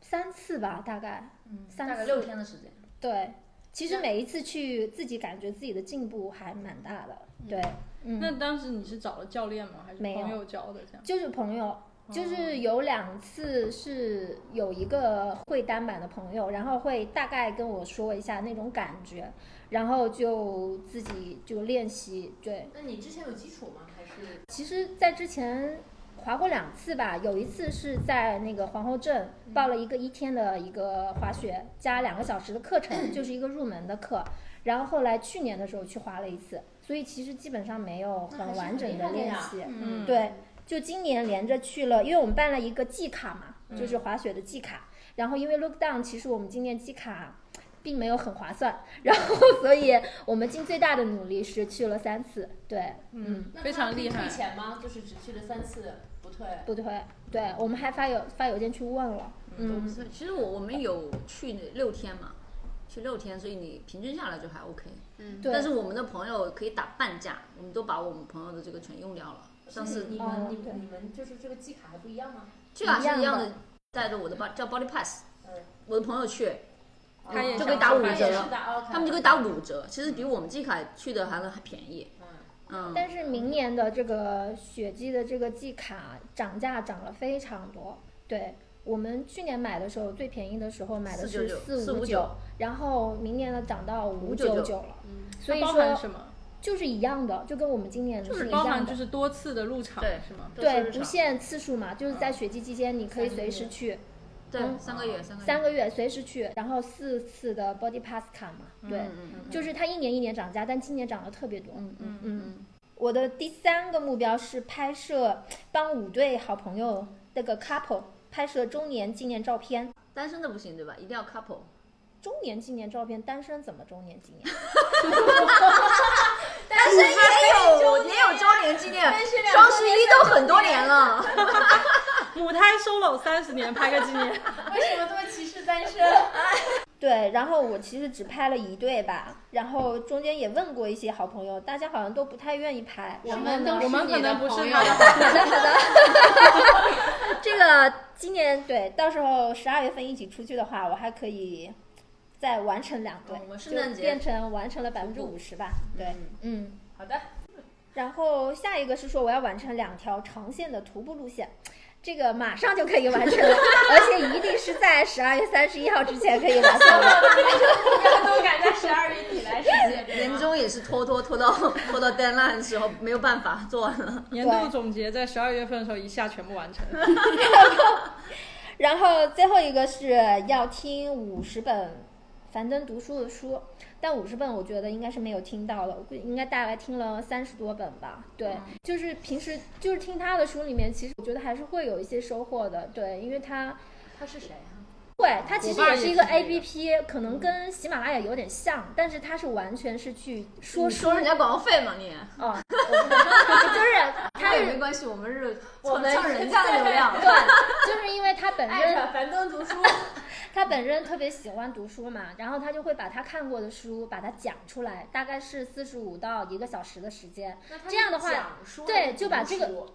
[SPEAKER 6] 三次吧，大概，三
[SPEAKER 1] 嗯大概
[SPEAKER 6] 次
[SPEAKER 1] 六天的时间，
[SPEAKER 6] 对。其实每一次去，自己感觉自己的进步还蛮大的，对，
[SPEAKER 5] 那
[SPEAKER 6] 嗯，
[SPEAKER 5] 当时你是找了教练吗？还是
[SPEAKER 6] 没有
[SPEAKER 5] 朋友教的？这样
[SPEAKER 6] 就是朋友，就是有两次是有一个会单板的朋友，然后会大概跟我说一下那种感觉，然后就自己就练习，对，
[SPEAKER 7] 那你之前有基础吗？还是
[SPEAKER 6] 其实，在之前滑过两次吧，有一次是在那个皇后镇报了一个一天的一个滑雪加两个小时的课 程，就是一个入门的课。然后后来去年的时候去滑了一次，所以其实基本上没有很完整的练习。
[SPEAKER 5] 嗯
[SPEAKER 6] 对，就今年连着去了，因为我们办了一个季卡嘛，就是滑雪的季卡。然后因为 lockdown，其实我们今年季卡并没有很划算， 然后所以我们尽最大的努力是去了三次。对，嗯
[SPEAKER 7] 那
[SPEAKER 5] 非常厉害
[SPEAKER 7] 他可以退钱吗？就是只去了三次，不退。
[SPEAKER 6] 不退，对我们还发邮发邮件去问了，嗯，
[SPEAKER 1] 所以其实我我们有去六天嘛，去六天，所以你平均下来就还 OK。
[SPEAKER 4] 嗯
[SPEAKER 6] 对
[SPEAKER 1] 但是我们的朋友可以打半价，我们都把我们朋友的这个全用掉了。上次
[SPEAKER 7] 你
[SPEAKER 6] 哦
[SPEAKER 7] 们你
[SPEAKER 6] 对
[SPEAKER 7] 们你们就是这个季卡还不一样吗？
[SPEAKER 1] 去啊是
[SPEAKER 6] 一
[SPEAKER 1] 一
[SPEAKER 6] 样
[SPEAKER 1] 样
[SPEAKER 6] 的
[SPEAKER 1] 的，带着我的 b 叫 Body Pass，
[SPEAKER 7] 嗯
[SPEAKER 1] 我的朋友去，
[SPEAKER 5] 他也
[SPEAKER 1] 哦就
[SPEAKER 5] 想
[SPEAKER 1] 可以打
[SPEAKER 5] 去
[SPEAKER 1] 五
[SPEAKER 5] 办
[SPEAKER 1] 折
[SPEAKER 5] 一
[SPEAKER 1] 了
[SPEAKER 5] 场
[SPEAKER 7] 哦
[SPEAKER 1] 他们就可以打五折，其实比我们季卡去的还还便宜。嗯，
[SPEAKER 6] 但是明年的这个雪季的这个季卡涨价涨了非常多，对我们去年买的时候最便宜的时候买的是
[SPEAKER 1] 499
[SPEAKER 6] 五九，然后明年的涨到五九九
[SPEAKER 1] 599
[SPEAKER 6] 了，
[SPEAKER 4] 嗯，
[SPEAKER 6] 所以
[SPEAKER 5] 它包含
[SPEAKER 6] 说
[SPEAKER 5] 什么？
[SPEAKER 6] 就是一样的，就跟我们今年的
[SPEAKER 5] 就是
[SPEAKER 6] 一
[SPEAKER 5] 包含
[SPEAKER 6] 样
[SPEAKER 5] 就
[SPEAKER 6] 的。
[SPEAKER 5] 是多次的入场
[SPEAKER 1] 对
[SPEAKER 5] 是吗？
[SPEAKER 6] 对，不限次数嘛，就是在雪季期间，你可以
[SPEAKER 7] 三个
[SPEAKER 6] 随
[SPEAKER 7] 月
[SPEAKER 6] 时去
[SPEAKER 1] 对，三个月，三个月，
[SPEAKER 6] 三个月，随时去，然后四次的 Body Pass 卡嘛，对，
[SPEAKER 1] 嗯嗯嗯
[SPEAKER 6] 就是它一年一年涨价，但今年涨得特别多。
[SPEAKER 1] 嗯嗯
[SPEAKER 6] 嗯，我的第三个目标是拍摄帮五对好朋友那个 couple 拍摄周年纪念照片。
[SPEAKER 1] 单身的不行对吧？一定要 couple。
[SPEAKER 6] 周年纪念照片，单身怎么周年纪念？
[SPEAKER 1] 单身也有也有周年纪念，双十一都很多年了。
[SPEAKER 5] 母胎 solo 三十年拍个纪 念，
[SPEAKER 7] 为什么这么歧视单身？
[SPEAKER 6] 对，然后我其实只拍了一对吧，然后中间也问过一些好朋友，大家好像都不太愿意拍。
[SPEAKER 4] 我们都
[SPEAKER 5] 我们
[SPEAKER 4] 是
[SPEAKER 5] 可
[SPEAKER 4] 你的
[SPEAKER 5] 能不
[SPEAKER 4] 朋
[SPEAKER 5] 是
[SPEAKER 4] 友
[SPEAKER 5] 他， 的，
[SPEAKER 6] 这个今年对，到时候十二月份一起出去的话，我还可以再完成两对，
[SPEAKER 1] 嗯我们
[SPEAKER 6] 就
[SPEAKER 1] 圣诞节
[SPEAKER 6] 变成完成了百分之五十吧。对，嗯。
[SPEAKER 7] 好的，
[SPEAKER 6] 然后下一个是说我要完成两条长线的徒步路线，这个马上就可以完成了， 而且一定是在十二月三十一号之前可以完成的。
[SPEAKER 7] 都赶在十二月底来实现。对
[SPEAKER 1] 年
[SPEAKER 7] 吗
[SPEAKER 1] 终也是拖拖拖到拖到 deadline 的时候，没有办法做完了。
[SPEAKER 5] 年度总结在十二月份的时候一下全部完成。
[SPEAKER 6] 然后最后一个是要听五十本樊登读书的书，但五十本我觉得应该是没有听到了，我应该大概听了三十多本吧。对，就是平时就是听他的书里面，其实我觉得还是会有一些收获的。对，因为他
[SPEAKER 7] 他是谁啊？
[SPEAKER 6] 会，它其实
[SPEAKER 5] 我爸
[SPEAKER 6] 也
[SPEAKER 5] 也
[SPEAKER 6] 是一个
[SPEAKER 5] 是这个
[SPEAKER 6] A P P，可能跟喜马拉雅有点像，但是它是完全是去说
[SPEAKER 1] 你
[SPEAKER 6] 书
[SPEAKER 1] 说人家广告费嘛你？
[SPEAKER 6] 啊，我不能说就是它
[SPEAKER 1] 那也没
[SPEAKER 6] 是
[SPEAKER 1] 关系，我们是
[SPEAKER 7] 我
[SPEAKER 1] 蹭
[SPEAKER 7] 们
[SPEAKER 1] 蹭人家的流量。
[SPEAKER 6] 对，就是因为他本
[SPEAKER 7] 爱
[SPEAKER 6] 身
[SPEAKER 7] 上樊登读书，
[SPEAKER 6] 他本身特别喜欢读书嘛，然后他就会把他看过的书把它讲出来，大概是四十五到一个小时的时间，这样的话
[SPEAKER 7] 讲书
[SPEAKER 6] 对
[SPEAKER 7] 还是
[SPEAKER 6] 就把
[SPEAKER 7] 读
[SPEAKER 6] 这个
[SPEAKER 7] 书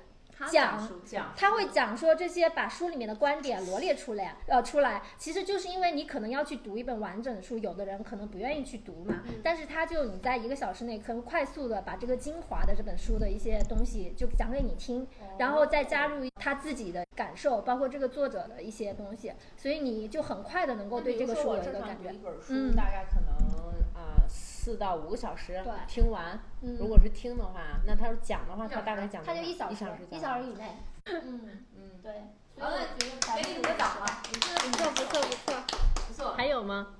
[SPEAKER 1] 他
[SPEAKER 6] 讲
[SPEAKER 1] 讲书
[SPEAKER 7] 讲
[SPEAKER 6] 他会讲说这些，把书里面的观点罗列出来，呃，出来，其实就是因为你可能要去读一本完整的书，有的人可能不愿意去读嘛，但是他就你在一个小时内，可能快速的把这个精华的这本书的一些东西就讲给你听，然后再加入他自己的呃感受，包括这个作者的一些东西，所以你就很快的能够对这个书有一个感觉
[SPEAKER 2] 一。本
[SPEAKER 6] 嗯
[SPEAKER 2] 书大概可能
[SPEAKER 7] 呃
[SPEAKER 2] 啊四到五个小时
[SPEAKER 6] 对
[SPEAKER 2] 听完。
[SPEAKER 6] 嗯
[SPEAKER 2] 如果是听的话，那他要是讲的话，他大概讲
[SPEAKER 6] 他就一小
[SPEAKER 2] 一
[SPEAKER 6] 时
[SPEAKER 2] 小时，
[SPEAKER 6] 一
[SPEAKER 2] 讲
[SPEAKER 6] 小
[SPEAKER 2] 完
[SPEAKER 6] 时以内。嗯嗯，对。
[SPEAKER 7] 好了，给哎你鼓个掌吧，你这
[SPEAKER 6] 不错不错不错。
[SPEAKER 7] 不错。
[SPEAKER 2] 还有吗？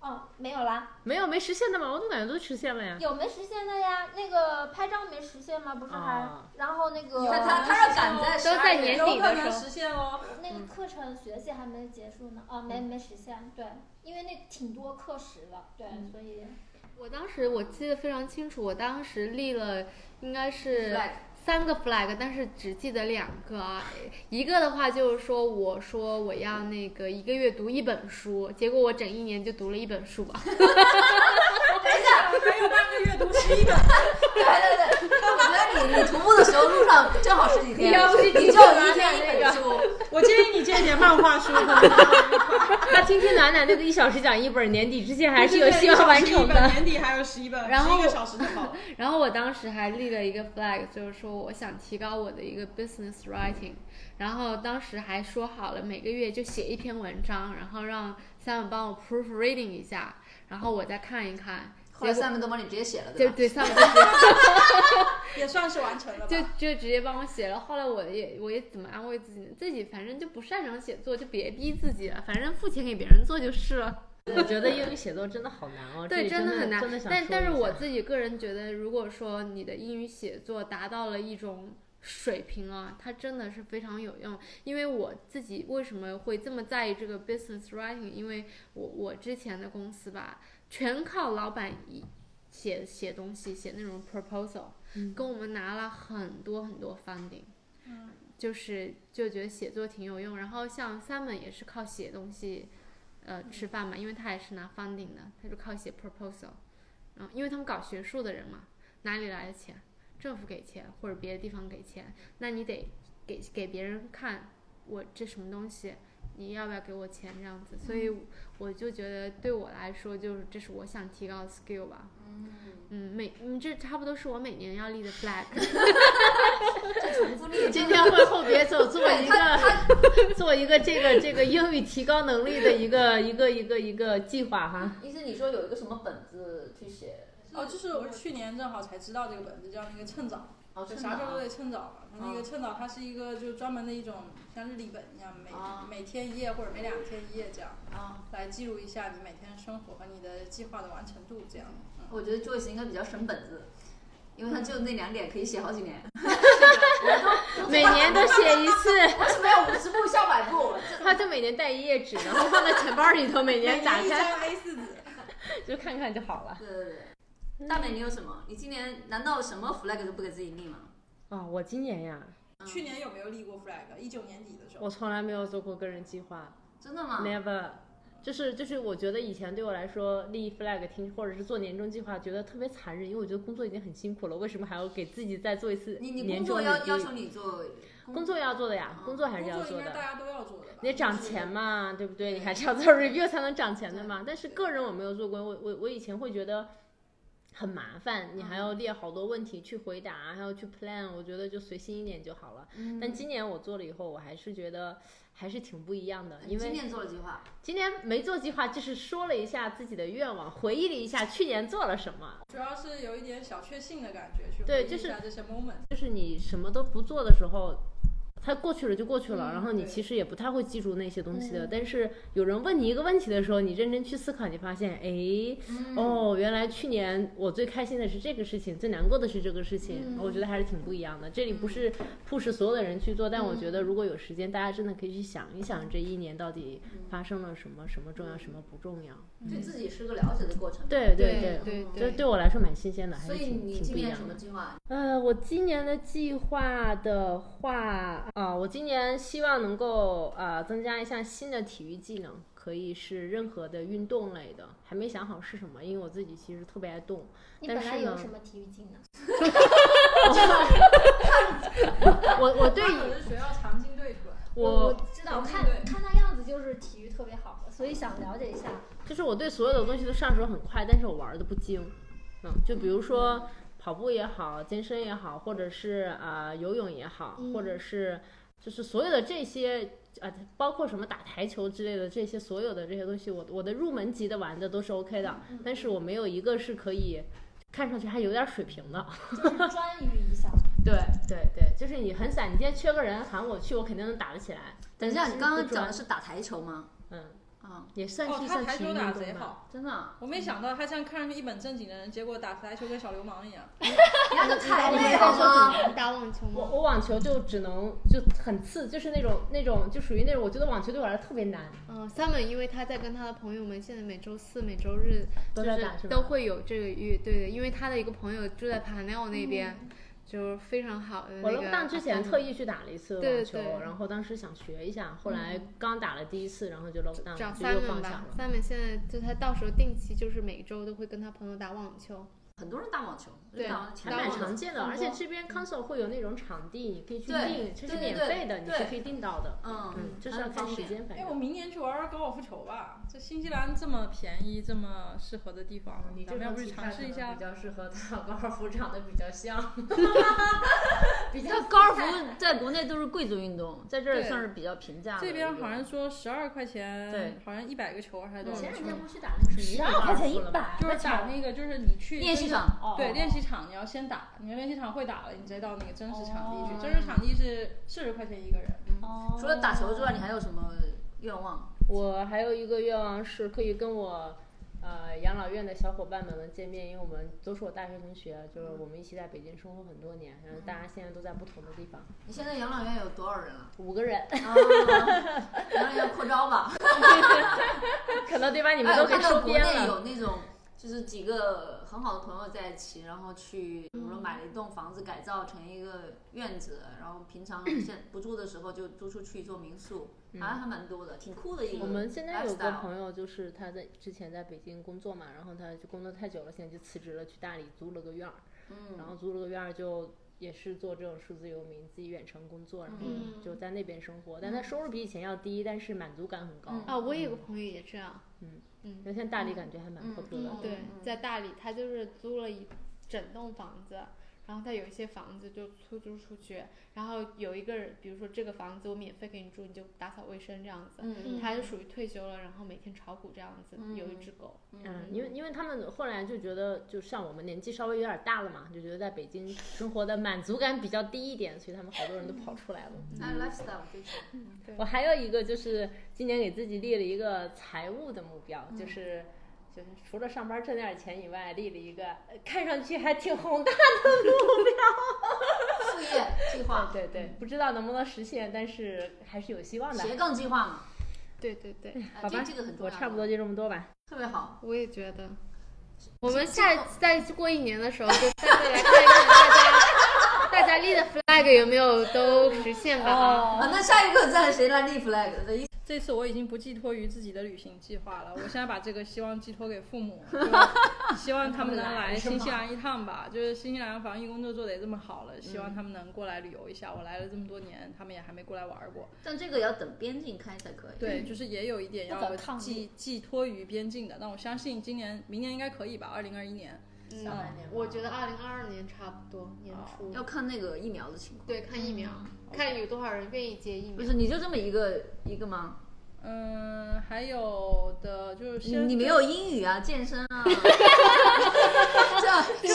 [SPEAKER 7] 哦，没有啦。
[SPEAKER 2] 没有没实现的吗？我怎么感觉都实现了呀？
[SPEAKER 6] 有没实现的呀？那个拍照没实现吗？不是还，
[SPEAKER 2] 哦
[SPEAKER 6] 然后那个
[SPEAKER 5] 有
[SPEAKER 7] 他
[SPEAKER 5] 啊
[SPEAKER 7] 他他要赶在
[SPEAKER 5] 都
[SPEAKER 7] 12
[SPEAKER 1] 在
[SPEAKER 7] 月
[SPEAKER 1] 年
[SPEAKER 5] 有
[SPEAKER 1] 底
[SPEAKER 5] 可
[SPEAKER 1] 的
[SPEAKER 5] 能
[SPEAKER 1] 时候，
[SPEAKER 5] 实现哦。
[SPEAKER 6] 那个课程学期还没结束呢，啊、没没实现，对，因为那挺多课时的，对，所以
[SPEAKER 4] 我当时我记得非常清楚，我当时立了应该是
[SPEAKER 7] flag
[SPEAKER 4] 三个 flag，但是只记得两个啊。一个的话就是说，我说我要那个一个月读一本书，结果我整一年就读了一本书啊吧。
[SPEAKER 5] 还有半个月读十一本，
[SPEAKER 7] 对对对，我觉得你你徒步的时候路上正好十几天，
[SPEAKER 4] 要不是
[SPEAKER 7] 你就
[SPEAKER 4] 你
[SPEAKER 7] 一
[SPEAKER 4] 就拿
[SPEAKER 7] 天一本书，
[SPEAKER 5] 我建议你借一点漫画书，可能会更快
[SPEAKER 2] 他听听暖暖那个一小时讲一本，年底之前还是有希
[SPEAKER 5] 一
[SPEAKER 2] 望
[SPEAKER 5] 小
[SPEAKER 2] 完
[SPEAKER 5] 时一
[SPEAKER 2] 成
[SPEAKER 5] 本
[SPEAKER 2] 的。
[SPEAKER 5] 年底还有十一本，
[SPEAKER 4] 然后
[SPEAKER 5] 十一个小时就好了。
[SPEAKER 4] 然后我当时还立了一个 flag，就是说我想提高我的一个 business writing，然后当时还说好了每个月就写一篇文章，然后让 Sam 帮我 proofreading 一下，然后我再看一看。
[SPEAKER 7] 后来三门都帮你直接写了，
[SPEAKER 4] 就
[SPEAKER 7] 对吧？
[SPEAKER 4] 对 Sam 就直接
[SPEAKER 5] 也算是完成了吧。
[SPEAKER 4] 就就直接帮我写了。后来我也我也怎么安慰自己呢？自己反正就不擅长写作，就别逼自己了，反正付钱给别人做就是了。
[SPEAKER 2] 我觉得英语写作真的好难哦，这
[SPEAKER 4] 对，
[SPEAKER 2] 里真
[SPEAKER 4] 的很难
[SPEAKER 2] 真的。想
[SPEAKER 4] 但
[SPEAKER 2] 说
[SPEAKER 4] 但
[SPEAKER 2] 一
[SPEAKER 4] 是我
[SPEAKER 2] 下
[SPEAKER 4] 自己个人觉得，如果说你的英语写作达到了一种水平啊，它真的是非常有用。因为我自己为什么会这么在意这个 business writing？因为我我之前的公司吧，全靠老板一写写东西，写那种 proposal，、跟
[SPEAKER 2] 嗯
[SPEAKER 4] 我们拿了很多很多 funding。就是就觉得写作挺有用，然后像 Simon 也是靠写东西，呃，吃饭嘛，因为他也是拿 funding 的，他就靠写 proposal，嗯，因为他们搞学术的人嘛，哪里来的钱？政府给钱或者别的地方给钱，那你得给给别人看我这什么东西，你要不要给我钱这样子？所以我就觉得对我来说，就是这是我想提高的 skill 吧。嗯，每嗯这差不多是我每年要立的 flag。
[SPEAKER 2] 今天会后 别走，做一个 做一个这个这个英语提高能力的一个一个一个一个计划哈。
[SPEAKER 7] 意思你说有一个什么本子去写，
[SPEAKER 5] 哦，就是我去年正好才知道这个本子叫那个趁早，
[SPEAKER 7] 哦，
[SPEAKER 5] 就是啥
[SPEAKER 7] 啥
[SPEAKER 5] 事儿都得趁早嘛。那个趁早它是一个就专门的一种像日历本一样，每
[SPEAKER 7] 啊
[SPEAKER 5] 每天一页或者每两天一页这样，
[SPEAKER 7] 啊？
[SPEAKER 5] 来记录一下你每天的生活和你的计划的完成度这样。
[SPEAKER 1] 哎
[SPEAKER 5] 嗯
[SPEAKER 7] 我觉得 Joyce 应该比较省本子，因为他就那两点可以写好几 年，
[SPEAKER 2] 每年都写一次，
[SPEAKER 7] 我是没有五十步笑百步，
[SPEAKER 2] 他就每年带一页纸，然后放在钱包里头，每年打
[SPEAKER 5] 一
[SPEAKER 2] 开
[SPEAKER 5] 张 A 四纸，
[SPEAKER 2] 就看看就好了。
[SPEAKER 7] 对对对。大美，你有什么？你今年难道什么 flag 都不给自己立吗？
[SPEAKER 2] 啊、我今年呀，
[SPEAKER 7] 嗯
[SPEAKER 5] 去年有没有立过 flag？一九年底的时候，
[SPEAKER 2] 我从来没有做过个人计划
[SPEAKER 7] 真的吗？
[SPEAKER 2] ，never。就是就是，我觉得以前对我来说立 flag 听或者是做年终计划，觉得特别残忍，因为我觉得工作已经很辛苦了，为什么还要给自己再做一次
[SPEAKER 7] 你你
[SPEAKER 2] 年
[SPEAKER 7] 工
[SPEAKER 2] 终
[SPEAKER 7] 作
[SPEAKER 2] 礼
[SPEAKER 7] 要
[SPEAKER 2] 仪
[SPEAKER 7] 要求你做
[SPEAKER 2] 工作要做的呀，
[SPEAKER 7] 嗯
[SPEAKER 2] 工作还是
[SPEAKER 5] 工
[SPEAKER 2] 要
[SPEAKER 5] 作
[SPEAKER 2] 做
[SPEAKER 5] 应该
[SPEAKER 2] 的
[SPEAKER 5] 大。家都要做的吧？
[SPEAKER 2] 你得涨钱嘛，对不对？你还是要做 review 才能涨钱的嘛。但是个人我没有做过，我我我以前会觉得很麻烦，你还
[SPEAKER 7] 嗯
[SPEAKER 2] 要列好多问题去回答，还要去 plan，我觉得就随心一点就好了。
[SPEAKER 7] 嗯
[SPEAKER 2] 但今年我做了以后，我还是觉得还是挺不一样的，
[SPEAKER 7] 你
[SPEAKER 2] 因
[SPEAKER 7] 今
[SPEAKER 2] 为
[SPEAKER 7] 年做了计划，
[SPEAKER 2] 今年没做计划，就是说了一下自己的愿望，回忆了一下去年做了什么。
[SPEAKER 5] 主要是有一点小确幸的感觉，去
[SPEAKER 2] 对
[SPEAKER 5] 回忆
[SPEAKER 2] 就
[SPEAKER 5] 一
[SPEAKER 2] 是
[SPEAKER 5] 下这些 moment。
[SPEAKER 2] 就是你什么都不做的时候，它过去了就过去了，
[SPEAKER 5] 嗯
[SPEAKER 2] 然后你
[SPEAKER 5] 对嗯
[SPEAKER 2] 其实也不太会记住那些东西的。但是有人问你一个问题的时候，你认真去思考，你发现，哎，
[SPEAKER 5] 嗯
[SPEAKER 2] 哦，原来去年我最开心的是这个事情，最难过的是这个事情。
[SPEAKER 5] 嗯
[SPEAKER 2] 我觉得还是挺不一样的。这里不是 push 所有的人去做，但
[SPEAKER 5] 嗯
[SPEAKER 2] 我觉得如果有时间，大家真的可以去想一想，这一年到底
[SPEAKER 5] 嗯
[SPEAKER 2] 发生了什么，什么重要，什么不重要。
[SPEAKER 7] 对
[SPEAKER 1] 嗯
[SPEAKER 7] 自己是个了解的过程。
[SPEAKER 2] 对
[SPEAKER 4] 对
[SPEAKER 2] 对，
[SPEAKER 4] 对
[SPEAKER 2] 这对我来说蛮新鲜的，还
[SPEAKER 7] 所
[SPEAKER 2] 是
[SPEAKER 7] 以
[SPEAKER 2] 挺
[SPEAKER 7] 你
[SPEAKER 2] 挺
[SPEAKER 7] 今
[SPEAKER 2] 不一
[SPEAKER 7] 年
[SPEAKER 2] 样
[SPEAKER 7] 什么。
[SPEAKER 2] 的
[SPEAKER 7] 计划？
[SPEAKER 2] 呃，我今年的计划的话啊，我今年希望能够啊增加一项新的体育技能，可以是任何的运动类的，还没想好是什么，因为我自己其实特别爱动。
[SPEAKER 6] 你
[SPEAKER 2] 但
[SPEAKER 6] 本来
[SPEAKER 2] 是
[SPEAKER 6] 有
[SPEAKER 2] 呢
[SPEAKER 6] 什么体育技能？
[SPEAKER 2] 我我对
[SPEAKER 5] 我是学校长青队出来的，
[SPEAKER 2] 我
[SPEAKER 6] 知道，
[SPEAKER 5] 嗯
[SPEAKER 6] 看
[SPEAKER 5] 对
[SPEAKER 6] 看他样子就是体育特别好的，所以想了解一 下。
[SPEAKER 2] 就是我对所有的东西都上手很快，但是我玩的不精。嗯，就比如说跑步也好，健身也好，或者是啊、游泳也好，
[SPEAKER 6] 嗯
[SPEAKER 2] 或者是就是所有的这些啊、包括什么打台球之类的这些所有的这些东西，我我的入门级的玩的都是 OK 的，但是我没有一个是可以看上去还有点水平的。
[SPEAKER 6] 就是专于一项，
[SPEAKER 2] 对对对，就是你很散，你今天缺个人喊我去，我肯定能打得起来。
[SPEAKER 1] 等一下，
[SPEAKER 2] 但
[SPEAKER 1] 你
[SPEAKER 2] 是
[SPEAKER 1] 刚刚
[SPEAKER 2] 不重
[SPEAKER 1] 讲
[SPEAKER 2] 要
[SPEAKER 1] 的是打台球吗？
[SPEAKER 2] 嗯，
[SPEAKER 1] 啊，
[SPEAKER 2] 也算
[SPEAKER 5] 哦
[SPEAKER 2] 是，
[SPEAKER 5] 他
[SPEAKER 2] 算
[SPEAKER 5] 台
[SPEAKER 2] 体育
[SPEAKER 5] 球
[SPEAKER 2] 运
[SPEAKER 5] 打
[SPEAKER 2] 动
[SPEAKER 5] 得贼
[SPEAKER 2] 吧。
[SPEAKER 5] 好，
[SPEAKER 1] 真的啊，
[SPEAKER 5] 我没想到他像看上去一本正经的人，结果打台球跟小流氓一样。
[SPEAKER 3] 人家就
[SPEAKER 6] 哎
[SPEAKER 3] 太
[SPEAKER 4] 你
[SPEAKER 3] 累
[SPEAKER 4] 们
[SPEAKER 3] 好
[SPEAKER 4] 在说
[SPEAKER 3] 吗？
[SPEAKER 4] 你们打网球
[SPEAKER 2] 我
[SPEAKER 4] 吗？
[SPEAKER 2] 我网球就只能就很次，就是那种那种就属于那种，我觉得网球对我来说特别难。
[SPEAKER 4] 嗯，Summer 因为他在跟他的朋友们，现在每周四、每周日
[SPEAKER 2] 都
[SPEAKER 4] 就
[SPEAKER 2] 在打是
[SPEAKER 4] 是
[SPEAKER 2] 吧
[SPEAKER 4] 都会有这个月，对对，因为他的一个朋友住在帕内奥那边，就是非常好的那
[SPEAKER 2] 我
[SPEAKER 4] 个。啊嗯
[SPEAKER 2] 龙荡之前特意去打了一次
[SPEAKER 4] 对
[SPEAKER 2] 网球
[SPEAKER 4] 对，
[SPEAKER 2] 然后当时想学一下，后来刚打了第一次，然后就 lock down，
[SPEAKER 4] 找
[SPEAKER 2] 就又
[SPEAKER 4] Simon
[SPEAKER 2] 放下
[SPEAKER 4] 吧
[SPEAKER 2] 了。
[SPEAKER 4] ，Simon 现在就他到时候定期就是每周都会跟他朋友打网球，
[SPEAKER 1] 很多人打网球，
[SPEAKER 4] 对
[SPEAKER 1] 打
[SPEAKER 5] 哦
[SPEAKER 1] 网球
[SPEAKER 2] 还
[SPEAKER 4] 打
[SPEAKER 2] 蛮
[SPEAKER 4] 网球
[SPEAKER 2] 常见的，
[SPEAKER 4] 很
[SPEAKER 2] 而且
[SPEAKER 4] 多
[SPEAKER 2] 这边 console 会有那种场地，你可以去
[SPEAKER 1] 对
[SPEAKER 2] 订，这是
[SPEAKER 1] 对
[SPEAKER 2] 免
[SPEAKER 1] 对
[SPEAKER 2] 费的，你是
[SPEAKER 1] 对
[SPEAKER 2] 可以订到的。
[SPEAKER 1] 嗯
[SPEAKER 2] 嗯，，就是要
[SPEAKER 1] 很
[SPEAKER 2] 看
[SPEAKER 1] 方
[SPEAKER 2] 时
[SPEAKER 1] 便。
[SPEAKER 2] 间，反
[SPEAKER 5] 哎，我
[SPEAKER 2] 正。
[SPEAKER 5] 明年去玩玩高尔夫球吧。这新西兰这么便宜、这么适合的地方，
[SPEAKER 8] 你
[SPEAKER 5] 咱
[SPEAKER 8] 这
[SPEAKER 5] 们要
[SPEAKER 8] 种
[SPEAKER 5] 不去
[SPEAKER 8] 体
[SPEAKER 5] 尝
[SPEAKER 8] 态可
[SPEAKER 5] 试一
[SPEAKER 8] 能
[SPEAKER 5] 下
[SPEAKER 8] 比？较适合打高尔夫，长得比较像，比较
[SPEAKER 1] 那高尔夫在国内都是贵族运动，在这儿
[SPEAKER 4] 对
[SPEAKER 1] 算是比较平价的一
[SPEAKER 5] 这
[SPEAKER 1] 个。
[SPEAKER 5] 边好像说十二块钱，
[SPEAKER 1] 对，
[SPEAKER 5] 好像一百个球还是多少
[SPEAKER 8] 前
[SPEAKER 5] 个
[SPEAKER 8] 两
[SPEAKER 5] 球？
[SPEAKER 8] 天不是去打那个水
[SPEAKER 6] 十
[SPEAKER 8] 泥
[SPEAKER 6] 二
[SPEAKER 8] 高
[SPEAKER 6] 块
[SPEAKER 8] 尔
[SPEAKER 6] 钱一
[SPEAKER 8] 夫了吗？
[SPEAKER 6] 把，
[SPEAKER 5] 就是
[SPEAKER 6] 那球
[SPEAKER 5] 打那个，就是你去
[SPEAKER 1] 练习场，
[SPEAKER 5] 就是对，
[SPEAKER 8] 哦
[SPEAKER 5] 练习场你要先打，你要练习场会打了，你再到那个真实场地去。真实场地是四十块钱一个人，
[SPEAKER 8] 哦
[SPEAKER 1] 除了打球之外，你还有什么愿望？
[SPEAKER 2] 我还有一个愿望是可以跟我。呃，养老院的小伙伴们能见面，因为我们都是我大学同学，就是我们一起在北京生活很多年，然后大家现在都在不同的地方，
[SPEAKER 1] 你现在养老院有多少人 了？
[SPEAKER 2] 五个人，
[SPEAKER 1] 养老院扩招吧。
[SPEAKER 2] 可能对吧？你
[SPEAKER 1] 你
[SPEAKER 2] 们都可以
[SPEAKER 1] 哎看到
[SPEAKER 2] 收
[SPEAKER 1] 国
[SPEAKER 2] 编
[SPEAKER 1] 内
[SPEAKER 2] 了。
[SPEAKER 1] 有那种，就是几个很好的朋友在一起，然后去，比如说买了一栋房子，改造成一个院子，然后平 常现不住的时候就租出去做民宿，好像还蛮多的，挺酷的一个 lifestyle。
[SPEAKER 2] 我们现在有个朋友，就是他在之前在北京工作嘛，然后他就工作太久了，现在就辞职了，去大理租了个院儿，
[SPEAKER 1] 嗯，
[SPEAKER 2] 然后租了个院儿就也是做这种数字游民，自己远程工作，然后
[SPEAKER 4] 嗯
[SPEAKER 2] 就在那边生活，但他收入比以前要低，但是满足感很高。
[SPEAKER 1] 嗯
[SPEAKER 4] 啊，我有个朋友也这样，
[SPEAKER 2] 嗯
[SPEAKER 4] 嗯
[SPEAKER 2] 那现在大理感觉还蛮靠谱的
[SPEAKER 1] 嗯，
[SPEAKER 4] 对，在大理，他就是租了一整栋房子，然后他有一些房子就出租出去，然后有一个人，比如说这个房子我免费给你住，你就打扫卫生这样子。
[SPEAKER 1] 嗯
[SPEAKER 4] 他就属于退休了，然后每天炒股这样子，有一只狗。
[SPEAKER 2] 嗯，因为因为他们后来就觉得，就像我们年纪稍微有点大了嘛，就觉得在北京生活的满足感比较低一点，所以他们好多人都跑出来了。
[SPEAKER 1] 哎，lifestyle 对，
[SPEAKER 2] 我还有一个就是今年给自己立了一个财务的目标，
[SPEAKER 1] 嗯
[SPEAKER 2] 就是就是除了上班挣点钱以外，立了一个呃看上去还挺宏大
[SPEAKER 1] 副业计划
[SPEAKER 2] 的，， 对对，不知道能不能实现，但是还是有希望的。
[SPEAKER 1] 斜杠计划嘛，
[SPEAKER 4] 对对对，
[SPEAKER 1] 哎
[SPEAKER 2] 好
[SPEAKER 1] 这
[SPEAKER 2] 吧
[SPEAKER 1] 这个很重
[SPEAKER 2] 我
[SPEAKER 1] 要，
[SPEAKER 2] 差不多就这么多吧。
[SPEAKER 1] 特别好。
[SPEAKER 4] 我也觉 得。我们下
[SPEAKER 1] 这个
[SPEAKER 4] 再过一年的时候，就再再来看一看大家大家立的 flag 有没有都实现吧。
[SPEAKER 1] 啊，那下一个再谁来立 flag 的？
[SPEAKER 5] 这次我已经不寄托于自己的旅行计划了，我现在把这个希望寄托给父母，就希望他们能来新西兰一趟吧。就是新西兰防疫工作做得也这么好了，希望他们能过来旅游一下。我来了这么多年，他们也还没过来玩儿过。
[SPEAKER 1] 但这个也要等边境开才可以。
[SPEAKER 5] 对，就是也有一点
[SPEAKER 6] 不可
[SPEAKER 5] 要
[SPEAKER 6] 抗
[SPEAKER 5] 寄寄托于边境的，但我相信今年、明年应该可以吧？二零二一年，
[SPEAKER 4] 嗯
[SPEAKER 5] 上半
[SPEAKER 8] 年吧
[SPEAKER 4] 我觉得二零二二年差不多年初。
[SPEAKER 1] 哦要看那个疫苗的情况。
[SPEAKER 4] 对，看疫苗，
[SPEAKER 2] 嗯
[SPEAKER 4] 看有多少人愿意接疫
[SPEAKER 1] 不
[SPEAKER 4] 苗。
[SPEAKER 1] 是，你就这么一个一个吗？
[SPEAKER 5] 嗯，还有的就是
[SPEAKER 1] 你
[SPEAKER 5] 先
[SPEAKER 1] 你没有英语啊，健身 啊，这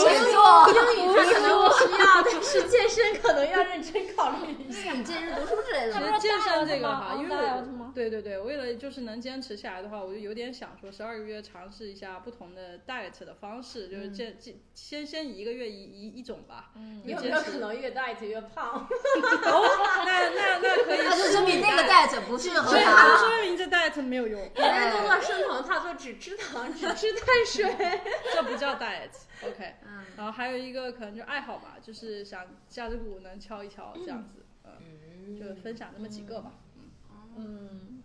[SPEAKER 4] 我
[SPEAKER 1] 星
[SPEAKER 8] 啊
[SPEAKER 1] 座，
[SPEAKER 6] 英语他可能不需要，但是
[SPEAKER 8] 健身可能要认真考虑 一下。
[SPEAKER 1] 你健身读书之类
[SPEAKER 5] 其
[SPEAKER 1] 的。
[SPEAKER 5] 实健身这个哈，
[SPEAKER 6] 他不
[SPEAKER 5] 因
[SPEAKER 6] 是
[SPEAKER 5] 为
[SPEAKER 6] 大 out 吗 out
[SPEAKER 5] 我
[SPEAKER 6] 吗
[SPEAKER 5] 对对对，为了就是能坚持下来的话，我就有点想说十二个月尝试一下不同的 diet 的方式，就是健健先先一个月一一一种吧。嗯，
[SPEAKER 8] 有没
[SPEAKER 5] 坚
[SPEAKER 8] 有可
[SPEAKER 5] 持。
[SPEAKER 8] 能越大越 胖？
[SPEAKER 5] 哦那那那可以
[SPEAKER 1] 那就
[SPEAKER 5] 试
[SPEAKER 1] 证明
[SPEAKER 5] 一
[SPEAKER 1] 那个
[SPEAKER 5] 下
[SPEAKER 1] diet 不适合
[SPEAKER 5] 对，就
[SPEAKER 1] 他。
[SPEAKER 5] 说明这 diet 没有用，
[SPEAKER 8] 人家都做生酮，他做只吃糖，只吃碳水。
[SPEAKER 5] 这不叫 diet。OK，
[SPEAKER 1] 嗯，
[SPEAKER 5] 然后还有一个可能就爱好吧，就是想架子鼓能敲一敲这样子，嗯，就分享这么几个吧。
[SPEAKER 8] 嗯，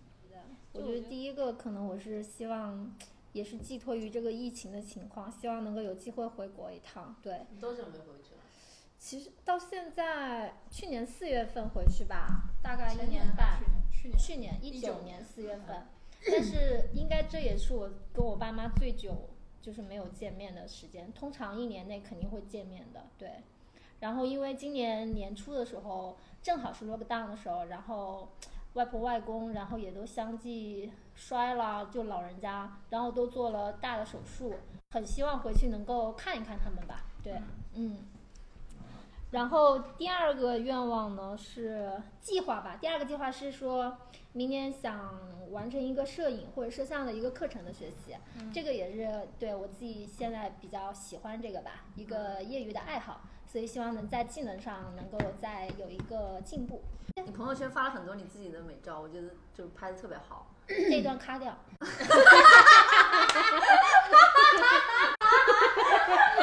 [SPEAKER 6] 我觉得第一个可能我是希望，也是寄托于这个疫情的情况，希望能够有机会回国一趟。对，
[SPEAKER 8] 你多久没回去了？
[SPEAKER 6] 其实到现在，去年四月份回去吧，大概一年半，
[SPEAKER 5] 去年
[SPEAKER 6] 去年一九年四月份，但是应该这也是我跟我爸妈最久就是没有见面的时间，通常一年内肯定会见面的，对。然后因为今年年初的时候正好是 lockdown 的时候，然后外婆外公然后也都相继摔了，就老人家，然后都做了大的手术，很希望回去能够看一看他们吧，对，嗯。然后第二个愿望呢是计划吧，第二个计划是说明年想完成一个摄影或者摄像的一个课程的学习，这个也是对我自己现在比较喜欢这个吧，一个业余的爱好，所以希望能在技能上能够再有一个进步。
[SPEAKER 8] 你朋友圈发了很多你自己的美照，我觉得就拍的特别好。
[SPEAKER 6] 这段卡掉，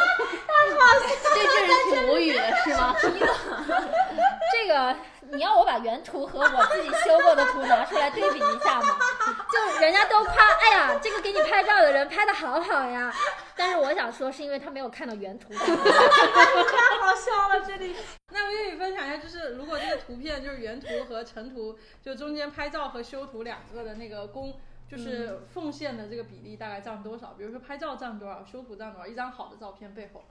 [SPEAKER 2] 对这人挺无语的是吗？
[SPEAKER 6] 这个你要我把原图和我自己修过的图拿出来对比一下吗？就人家都夸，哎呀，这个给你拍照的人拍的好好呀。但是我想说，是因为他没有看到原 图。
[SPEAKER 5] 太好笑了，这里。那我跟你分享一下，就是如果这个图片就是原图和成图，就中间拍照和修图两个的那个工，就是奉献的这个比例大概占多少？比如说拍照占多少，修图占多少？一张好的照片背后，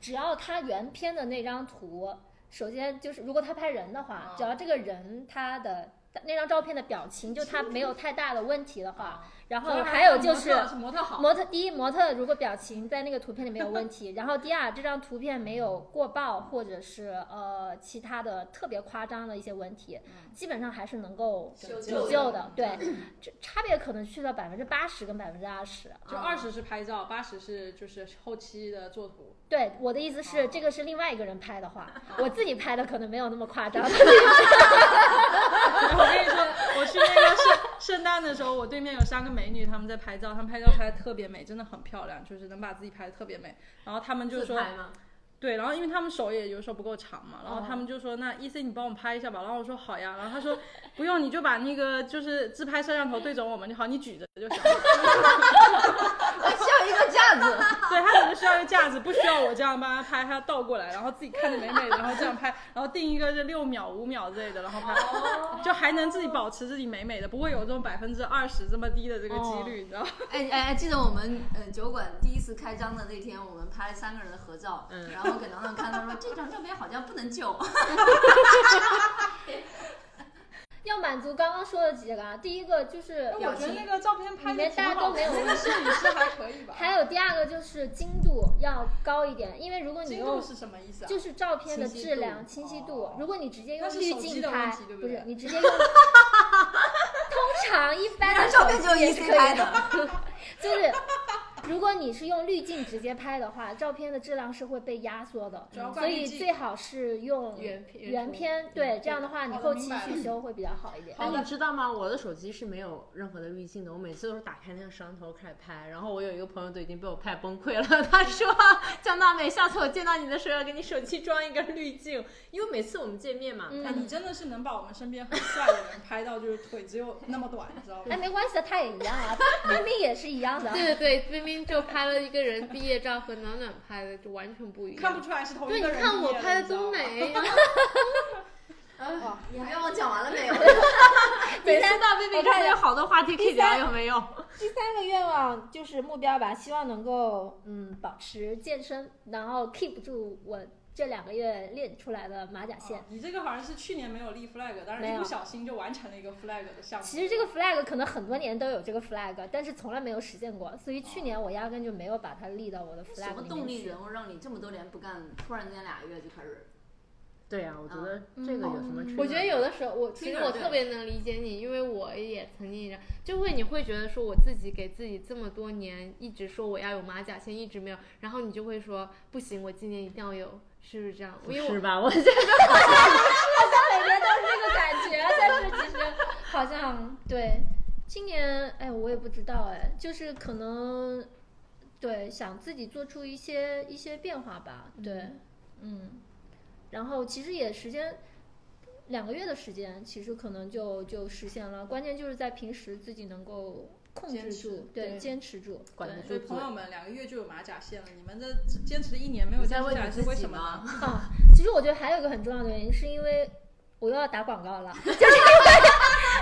[SPEAKER 6] 只要他原片的那张图，首先就是如果他拍人的话
[SPEAKER 5] 啊，
[SPEAKER 6] 只要这个人他的那张照片的表情，就他没有太大的问题的话，
[SPEAKER 5] 嗯
[SPEAKER 6] 然后哦还有就
[SPEAKER 5] 哦主
[SPEAKER 6] 是
[SPEAKER 5] 要。是模特好，
[SPEAKER 6] 模特第一，模特如果表情在那个图片里没有问题，然后第二，这张图片没有过曝或者是呃其他的特别夸张的一些问题，基本上还是能够
[SPEAKER 5] 嗯就
[SPEAKER 6] 补救的。对，
[SPEAKER 5] 嗯
[SPEAKER 6] 这差别可能去到百分之八十跟百分之二十。
[SPEAKER 5] 就二十是拍照，八十是就是后期的做图。
[SPEAKER 6] 对，我的意思是，这个是另外一个人拍的话，
[SPEAKER 5] 哦
[SPEAKER 6] 我自己拍的可能没有那么夸 张。
[SPEAKER 5] 我跟你说，我去那个圣圣诞的时候，我对面有三个美女，她们在拍照，她们拍照拍的特别美，真的很漂亮，就是能把自己拍的特别美。然后她们就
[SPEAKER 8] 自
[SPEAKER 5] 说，
[SPEAKER 8] 拍吗？
[SPEAKER 5] 对，然后因为他们手也有时候不够长
[SPEAKER 8] 哦
[SPEAKER 5] 嘛，然后他们就说、那 E C 你帮我拍一下吧，然后我说好呀，然后他说不用，你就把那个就是自拍摄像头对准我们就好，你举着就行。
[SPEAKER 8] 需要一个架子。
[SPEAKER 5] 对他可能需要一个架子，不需要我这样帮他拍，他要倒过来，然后自己看着美美的，然后这样拍，然后定一个是六秒、五秒之类的，然后
[SPEAKER 8] 哦
[SPEAKER 5] 拍，就还能自己保持自己美美的，不会有这种百分之二十这么低的这个几率，你知道吗？
[SPEAKER 8] 哎哎，哎记得我们呃酒馆第一次开张的那天，我们拍了三个人的合照，
[SPEAKER 6] 嗯
[SPEAKER 8] 然后给朗朗看，他说这张照片好像不能 救。
[SPEAKER 6] 要满足刚刚说的几个，啊，第一个就是
[SPEAKER 5] 我觉得那个照片拍
[SPEAKER 6] 里
[SPEAKER 5] 的
[SPEAKER 6] 面
[SPEAKER 5] 挺
[SPEAKER 6] 大家
[SPEAKER 5] 好
[SPEAKER 6] 都
[SPEAKER 5] 的，
[SPEAKER 6] 没有
[SPEAKER 5] 那个摄影师还可以吧？
[SPEAKER 6] 还有第二个就是精度要高一点，因为如果你
[SPEAKER 5] 精
[SPEAKER 6] 用
[SPEAKER 5] 度是什么意思啊？
[SPEAKER 6] 就是照片的质量、
[SPEAKER 5] 清
[SPEAKER 6] 清
[SPEAKER 5] 晰
[SPEAKER 6] 晰
[SPEAKER 5] 度
[SPEAKER 6] 度
[SPEAKER 5] 哦，
[SPEAKER 6] 如果你直接
[SPEAKER 5] 那
[SPEAKER 6] 用
[SPEAKER 5] 是
[SPEAKER 6] 滤
[SPEAKER 5] 手机
[SPEAKER 6] 镜
[SPEAKER 5] 的问
[SPEAKER 6] 拍
[SPEAKER 5] 题对，不
[SPEAKER 6] 不
[SPEAKER 5] 对
[SPEAKER 6] 是你直 接用，通常一般的
[SPEAKER 8] 照片只有
[SPEAKER 6] 手机也
[SPEAKER 8] E
[SPEAKER 6] 是
[SPEAKER 8] C
[SPEAKER 6] 可以
[SPEAKER 8] 拍 的，
[SPEAKER 6] 就是如果你是用滤镜直接拍的话，照片的质量是会被压缩的
[SPEAKER 5] 主要，挂
[SPEAKER 6] 所
[SPEAKER 5] 滤
[SPEAKER 6] 以
[SPEAKER 5] 镜
[SPEAKER 6] 最好是用
[SPEAKER 8] 原片
[SPEAKER 6] 原片，对，这样的话你
[SPEAKER 5] 哦
[SPEAKER 6] 后
[SPEAKER 5] 明
[SPEAKER 6] 期
[SPEAKER 5] 白了
[SPEAKER 6] 去修会比较好一点。
[SPEAKER 2] 哎，你知道吗？我的手机是没有任何的滤镜的，我每次都是打开那个摄像头开始拍。然后我有一个朋友都已经被我拍崩溃了， 他说：“江大美，下次我见到你的时候要给你手机装一个滤镜，因为每次我们见面嘛，
[SPEAKER 5] 哎，你真的是能把我们身边很帅的人拍到，就是腿只有那么短，你知道吗
[SPEAKER 6] 哎，？没关系的，他也一样 啊，冰冰也是一样的。
[SPEAKER 4] 对对对，冰冰就拍了一个人毕业照和暖暖拍的就完全不一
[SPEAKER 5] 看不
[SPEAKER 4] 样。
[SPEAKER 5] 出来是同
[SPEAKER 4] 对，
[SPEAKER 5] 一
[SPEAKER 4] 你
[SPEAKER 5] 个人。
[SPEAKER 4] 看我拍的多
[SPEAKER 5] 美。
[SPEAKER 4] 美，然后
[SPEAKER 7] 愿望讲完了 没有？
[SPEAKER 2] 每次到贝贝这儿有好多话题可以聊，有没有？
[SPEAKER 6] 第三个愿望就是目标吧，希望能够嗯 保持健身，然后 keep 住我这两个月练出来的马甲线。
[SPEAKER 5] 啊你这个好像是去年没有立 flag，但是
[SPEAKER 6] 没
[SPEAKER 5] 一
[SPEAKER 6] 有
[SPEAKER 5] 不小心就完成了一个 flag 的项目。
[SPEAKER 6] 其实这个 flag 可能很多年都有这个 flag，但是从来没有实现过，所以去年我压根就没有把它立到我的
[SPEAKER 8] 什
[SPEAKER 6] flag
[SPEAKER 8] 么
[SPEAKER 6] 里面
[SPEAKER 8] 动力
[SPEAKER 1] 啊
[SPEAKER 6] 去。
[SPEAKER 8] 人物让你这么多年不干，突然间俩月就开始？
[SPEAKER 2] 对啊呀、我觉得这个有什么区别？
[SPEAKER 4] 我觉得有的时候我
[SPEAKER 8] 听
[SPEAKER 4] 其实
[SPEAKER 8] 着
[SPEAKER 4] 我
[SPEAKER 8] 对
[SPEAKER 4] 特别能理解你，因为我也曾经这样，就会你会觉得说我自己给自己这么多年一直说我要有马甲线，一直没有，然后你就会说不行，我今年一定要有，是不是这样？因为我
[SPEAKER 2] 是吧？我觉
[SPEAKER 6] 每年都是这个感觉，但是其实好像对今年，哎，我也不知道，哎，就是可能对想自己做出一些一些变化吧，对，嗯，然后其实也时间。两个月的时间，其实可能就就实现了。关键就是在平时自己能够控
[SPEAKER 5] 坚
[SPEAKER 6] 制
[SPEAKER 5] 持
[SPEAKER 6] 住，对，
[SPEAKER 5] 对
[SPEAKER 6] 坚持住，
[SPEAKER 2] 管
[SPEAKER 6] 对
[SPEAKER 2] 得
[SPEAKER 5] 所 以朋友们，两个月就有马甲线了，你们这坚持了一年没有
[SPEAKER 8] 你
[SPEAKER 5] 坚
[SPEAKER 8] 在
[SPEAKER 5] 持
[SPEAKER 8] 问
[SPEAKER 5] 下来
[SPEAKER 8] 你
[SPEAKER 5] 是
[SPEAKER 8] 自
[SPEAKER 5] 为
[SPEAKER 8] 己
[SPEAKER 5] 什么呢？
[SPEAKER 8] 吗？
[SPEAKER 6] 啊，其实我觉得还有一个很重要的原因，是因为 我又要打广告了， 就是因为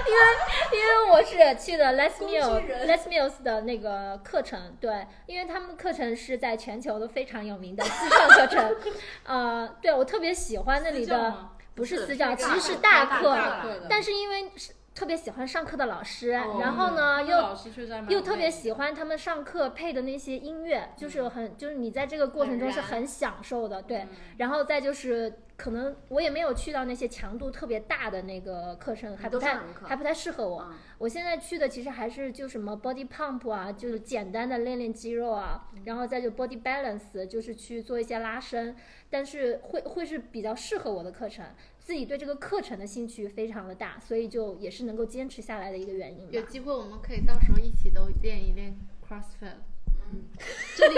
[SPEAKER 6] 因为因为我是去的 Les
[SPEAKER 7] 工具人
[SPEAKER 6] Mills Les Mills 的那个课程，对，因为他们课程是在全球都非常有名的私教课程，呃，对我特别喜欢那里
[SPEAKER 5] 私教
[SPEAKER 6] 的
[SPEAKER 5] 吗
[SPEAKER 6] 不是
[SPEAKER 8] 是
[SPEAKER 6] 私教，
[SPEAKER 8] 是
[SPEAKER 6] 其实是
[SPEAKER 8] 大
[SPEAKER 6] 大
[SPEAKER 8] 课
[SPEAKER 6] 课，
[SPEAKER 5] 大课的，
[SPEAKER 6] 但是因为是特别喜欢上课的老师，
[SPEAKER 5] 哦
[SPEAKER 6] 然后呢
[SPEAKER 2] 嗯
[SPEAKER 5] 那
[SPEAKER 6] 又
[SPEAKER 5] 老师确实还蛮
[SPEAKER 6] 又
[SPEAKER 5] 有
[SPEAKER 6] 特
[SPEAKER 5] 魅
[SPEAKER 6] 别
[SPEAKER 5] 力
[SPEAKER 6] 喜欢他们上课配的那些音
[SPEAKER 8] 嗯
[SPEAKER 6] 乐，就是有很就是你在这个过程中是很享受的，对。
[SPEAKER 8] 嗯
[SPEAKER 6] 然后再就是可能我也没有去到那些强度特别大的那个课程，还不
[SPEAKER 8] 都上
[SPEAKER 6] 太
[SPEAKER 8] 什么课
[SPEAKER 6] 还不太适合我。
[SPEAKER 8] 嗯
[SPEAKER 6] 我现在去的其实还是就什么 body pump 啊，就是
[SPEAKER 8] 嗯
[SPEAKER 6] 简单的练练肌肉啊，然后再就 body balance，就是去做一些拉伸，但是会会是比较适合我的课程。自己对这个课程的兴趣非常的大，所以就也是能够坚持下来的一个原因吧。
[SPEAKER 4] 有机会我们可以到时候一起都练一练 CrossFit。
[SPEAKER 2] 这里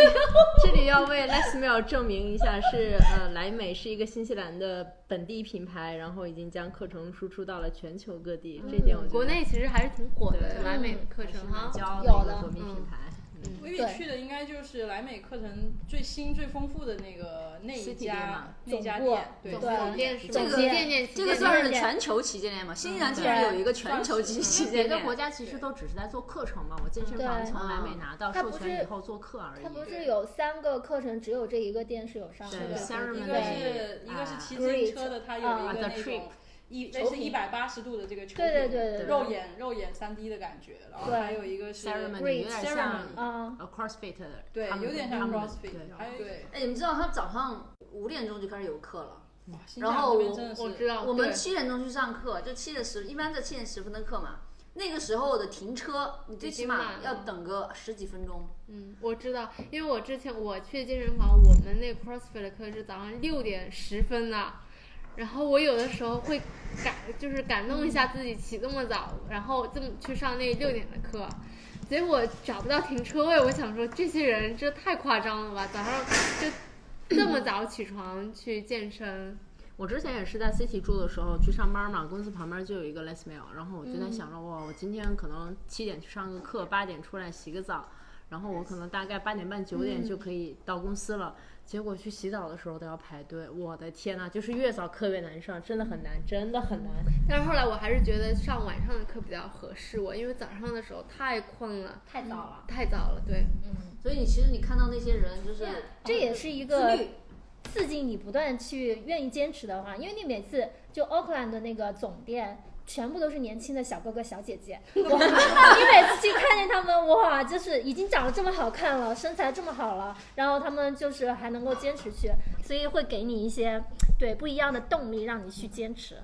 [SPEAKER 2] 这里要为 Lexmill 证明一下是，呃莱美是一个新西兰的本地品牌，然后已经将课程输出到了全球各地，这点我觉得
[SPEAKER 4] 国内其实还是挺火的，
[SPEAKER 2] 对
[SPEAKER 4] 莱美课程哈。
[SPEAKER 2] 骄傲
[SPEAKER 6] 有
[SPEAKER 2] 一个
[SPEAKER 6] 的
[SPEAKER 2] 国民品牌。嗯
[SPEAKER 5] 我以为
[SPEAKER 6] 对
[SPEAKER 5] 去的应该就是莱美课程最新最丰富的那个那
[SPEAKER 2] 实体
[SPEAKER 5] 一
[SPEAKER 2] 店
[SPEAKER 5] 家
[SPEAKER 2] 嘛
[SPEAKER 5] 那家
[SPEAKER 6] 总部
[SPEAKER 5] 店，对
[SPEAKER 4] 总
[SPEAKER 6] 对
[SPEAKER 4] 总店是吧？
[SPEAKER 6] 这个
[SPEAKER 4] 店店
[SPEAKER 8] 这个
[SPEAKER 6] 对
[SPEAKER 8] 算是
[SPEAKER 6] 对
[SPEAKER 8] 全球旗舰店嘛？新西兰竟然有一个全球旗旗舰
[SPEAKER 2] 别的
[SPEAKER 8] 店，
[SPEAKER 2] 国家其实都只是在做课程嘛，我健身房
[SPEAKER 6] 对
[SPEAKER 2] 从莱美拿到
[SPEAKER 6] 它
[SPEAKER 2] 授
[SPEAKER 6] 不
[SPEAKER 2] 权
[SPEAKER 6] 是
[SPEAKER 2] 以后做课而已
[SPEAKER 6] 它。不是有三个课程，只有这一个店是有上的
[SPEAKER 2] 对
[SPEAKER 5] 对
[SPEAKER 6] 吗。
[SPEAKER 2] Sarah
[SPEAKER 5] 一
[SPEAKER 2] Mann
[SPEAKER 5] 个
[SPEAKER 2] 的
[SPEAKER 5] 是一个是
[SPEAKER 2] 啊
[SPEAKER 5] 骑自行车的，它有一
[SPEAKER 6] 啊
[SPEAKER 5] 个
[SPEAKER 2] ，The
[SPEAKER 5] 那
[SPEAKER 2] Trip
[SPEAKER 5] 种一类似一百八十度的这个球
[SPEAKER 6] 对对
[SPEAKER 5] 体
[SPEAKER 6] 对对
[SPEAKER 5] 肉眼肉眼三 D 的感觉，然后
[SPEAKER 6] 对
[SPEAKER 5] 还有一个是
[SPEAKER 2] c e r e m o n
[SPEAKER 6] Great
[SPEAKER 2] y 有点
[SPEAKER 5] Ceremony
[SPEAKER 2] 像
[SPEAKER 6] 啊，
[SPEAKER 2] 呃 CrossFit 的，
[SPEAKER 5] 对
[SPEAKER 2] 他们
[SPEAKER 5] 有点
[SPEAKER 2] 他
[SPEAKER 5] 像
[SPEAKER 2] 们
[SPEAKER 5] CrossFit，
[SPEAKER 2] 对
[SPEAKER 5] 还有对，
[SPEAKER 8] 哎，你们知道他早上五点钟就开始有课了。
[SPEAKER 2] 嗯
[SPEAKER 5] 哇新西
[SPEAKER 8] 然
[SPEAKER 5] 兰
[SPEAKER 8] 后
[SPEAKER 5] 这边
[SPEAKER 8] 我
[SPEAKER 5] 真的
[SPEAKER 4] 我
[SPEAKER 5] 是
[SPEAKER 4] 知道，
[SPEAKER 8] 我们
[SPEAKER 4] 哦对
[SPEAKER 8] 七点钟去上课，就七点十，一般在七点十分的课嘛。那个时候的停车，你最起码要等个十几分钟。
[SPEAKER 4] 嗯，我知道，因为我之前我去健身房，我们那 CrossFit 的课是早上六点十分的，然后我有的时候会感就是感动一下自己起这么早，然后这么去上那六点的课，结果找不到停车位，我想说这些人这太夸张了吧，早上就这么早起床去健身，
[SPEAKER 2] 我之前也是在 City 住的时候去上班嘛，公司旁边就有一个 Les Mill，然后我就在想着，
[SPEAKER 4] 嗯
[SPEAKER 2] 哇，我今天可能七点去上个课，八点出来洗个澡，然后我可能大概八点半九
[SPEAKER 4] 嗯
[SPEAKER 2] 点就可以到公司了。结果去洗澡的时候都要排队，我的天呐，就是越早课越难上，真的很难，真的很难。
[SPEAKER 4] 但是后来我还是觉得上晚上的课比较合适我，因为早上的时候太困了，
[SPEAKER 6] 太早了。
[SPEAKER 4] 太早了，对。
[SPEAKER 8] 所以你其实你看到那些人就是
[SPEAKER 6] 嗯这
[SPEAKER 1] 嗯
[SPEAKER 6] 也是一
[SPEAKER 8] 自
[SPEAKER 6] 个
[SPEAKER 8] 律，
[SPEAKER 6] 刺激你不断去愿意坚持的话，因为你每次就 Auckland 的那个总店。全部都是年轻的小哥哥小姐姐，哇！你每次去看见他们，哇，就是已经长得这么好看了，身材这么好了，然后他们就是还能够坚持去，所以会给你一些对不一样的动力，让你去坚持。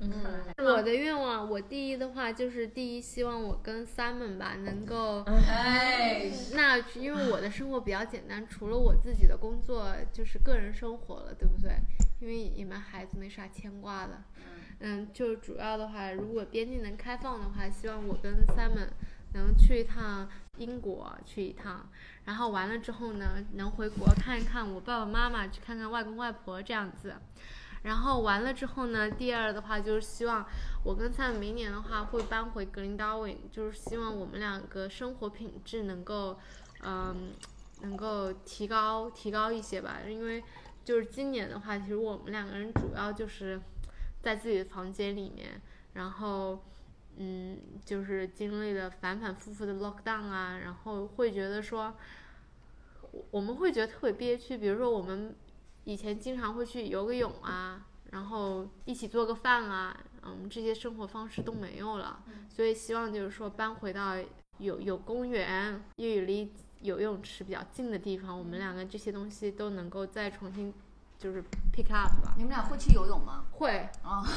[SPEAKER 6] 嗯，
[SPEAKER 4] 我的愿望，我第一的话就是第一，希望我跟 Simon 吧能够，
[SPEAKER 8] 哎，
[SPEAKER 4] 那因为我的生活比较简单，除了我自己的工作就是个人生活了，对不对？因为你们孩子没啥牵挂的，嗯，就主要的话，如果边境能开放的话，希望我跟 Simon 能去一趟英国，去一趟，然后完了之后呢，能回国看一看我爸爸妈妈，去看看外公外婆这样子。然后完了之后呢，第二的话就是希望我跟 Sam 明年的话会搬回格林达维，就是希望我们两个生活品质能够，嗯，能够提高提高一些吧。因为就是今年的话，其实我们两个人主要就是在自己的房间里面，然后。嗯，就是经历了反反复复的 lockdown 啊，然后会觉得说，我我们会觉得特别憋屈。比如说，我们以前经常会去游个泳啊，然后一起做个饭啊，嗯，这些生活方式都没有了，所以希望就是说搬回到有有公园，又有离游泳池比较近的地方，我们两个这些东西都能够再重新就是 pick up 吧。
[SPEAKER 8] 你们俩会去游泳吗？
[SPEAKER 4] 会
[SPEAKER 8] 啊，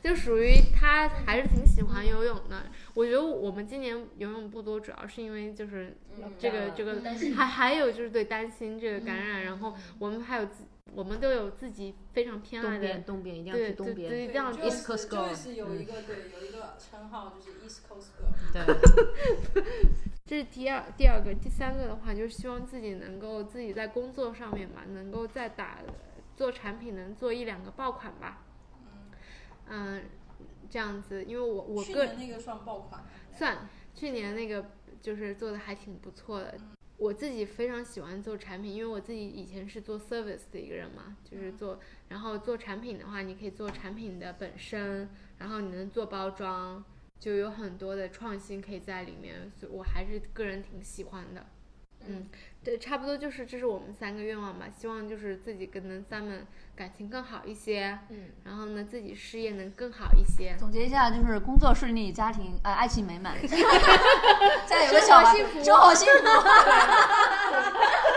[SPEAKER 4] 就属于他还是挺喜欢游泳的。我觉得我们今年游泳不多，主要是因为就是这个嗯这个， 还还有就是对担心这个感染，然后我们还有自我们都有自己非常偏爱
[SPEAKER 2] 东
[SPEAKER 4] 的
[SPEAKER 2] 边，，东边一定要
[SPEAKER 4] 对
[SPEAKER 2] 去
[SPEAKER 4] 对
[SPEAKER 2] 东边。
[SPEAKER 4] 对，
[SPEAKER 5] 对
[SPEAKER 4] 这样
[SPEAKER 5] Joyce-
[SPEAKER 2] East Coast Girl
[SPEAKER 5] Joyce 有一个对有一个称号就是 East Coast Girl，
[SPEAKER 2] 对，
[SPEAKER 4] 这是第二第二个，第三个的话就是希望自己能够自己在工作上面嘛，能够再打做产品能做一两个爆款吧，嗯，这样子，因为我我
[SPEAKER 5] 去
[SPEAKER 4] 个
[SPEAKER 5] 年那个算爆款，
[SPEAKER 4] 算去年那个就是做的还挺不错的。我自己非常喜欢做产品，因为我自己以前是做 service 的一个人嘛，就是
[SPEAKER 1] 嗯
[SPEAKER 4] 做，然后做产品的话，你可以做产品的本身，然后你能做包装，就有很多的创新可以在里面，所以我还是个人挺喜欢的。
[SPEAKER 1] 嗯
[SPEAKER 4] 嗯对，差不多就是这是我们三个愿望吧。希望就是自己跟能三们感情更好一些，
[SPEAKER 2] 嗯，
[SPEAKER 4] 然后呢自己事业能更好一些。
[SPEAKER 1] 总结一下，就是工作顺利，家庭呃爱情美 满，家有个小孩，生活 幸福。啊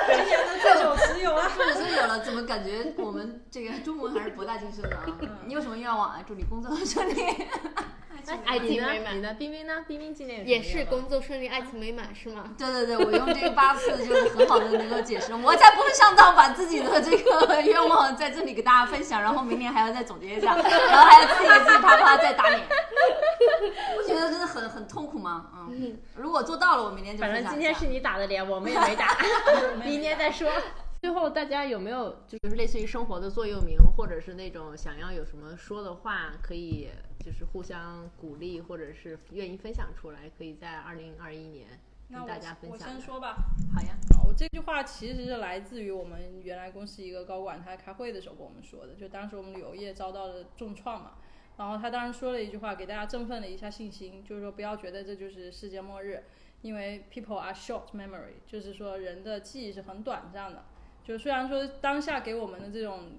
[SPEAKER 5] 今年的这首词 有啊，
[SPEAKER 1] 不是，所以有了，怎么感觉我们这个中文还是博大精深的啊？你有什么愿望啊？祝你工作顺利。
[SPEAKER 4] 爱
[SPEAKER 2] 哎你
[SPEAKER 4] 情
[SPEAKER 2] 呢
[SPEAKER 4] 美？满
[SPEAKER 2] 你呢？冰冰呢？冰冰今年有什么
[SPEAKER 4] 也是
[SPEAKER 2] 愿望
[SPEAKER 4] 工作顺利，爱情美满是吗？
[SPEAKER 1] 对对对，我用这个八次就是很好的能够解释，我才不会上当把自己的这个愿望在这里给大家分享，然后明年还要再总结一下，然后还要自己自己啪啪再打脸。我觉得真的很很痛苦嘛，嗯，如果做到了，我明年就
[SPEAKER 2] 反
[SPEAKER 1] 分
[SPEAKER 2] 正
[SPEAKER 1] 享
[SPEAKER 2] 今
[SPEAKER 1] 一下
[SPEAKER 2] 天是你打的脸，我们也没打，明年再说。 最后，大家有没有就是类似于生活的座右铭，或者是那种想要有什么说的话，可以就是互相鼓励，或者是愿意分享出来，可以在二零二一年
[SPEAKER 5] 那
[SPEAKER 2] 跟
[SPEAKER 5] 我
[SPEAKER 2] 大家分
[SPEAKER 5] 我
[SPEAKER 2] 享
[SPEAKER 5] 先
[SPEAKER 2] 的。
[SPEAKER 5] 说吧。
[SPEAKER 1] 好呀，
[SPEAKER 5] 我哦这句话其实是来自于我们原来公司一个高管，他开会的时候跟我们说的。就当时我们旅游业遭到了重创嘛，然后他当时说了一句话，给大家振奋了一下信心，就是说不要觉得这就是世界末日，因为 people are short memory，就是说人的记忆是很短暂的。就虽然说当下给我们的这种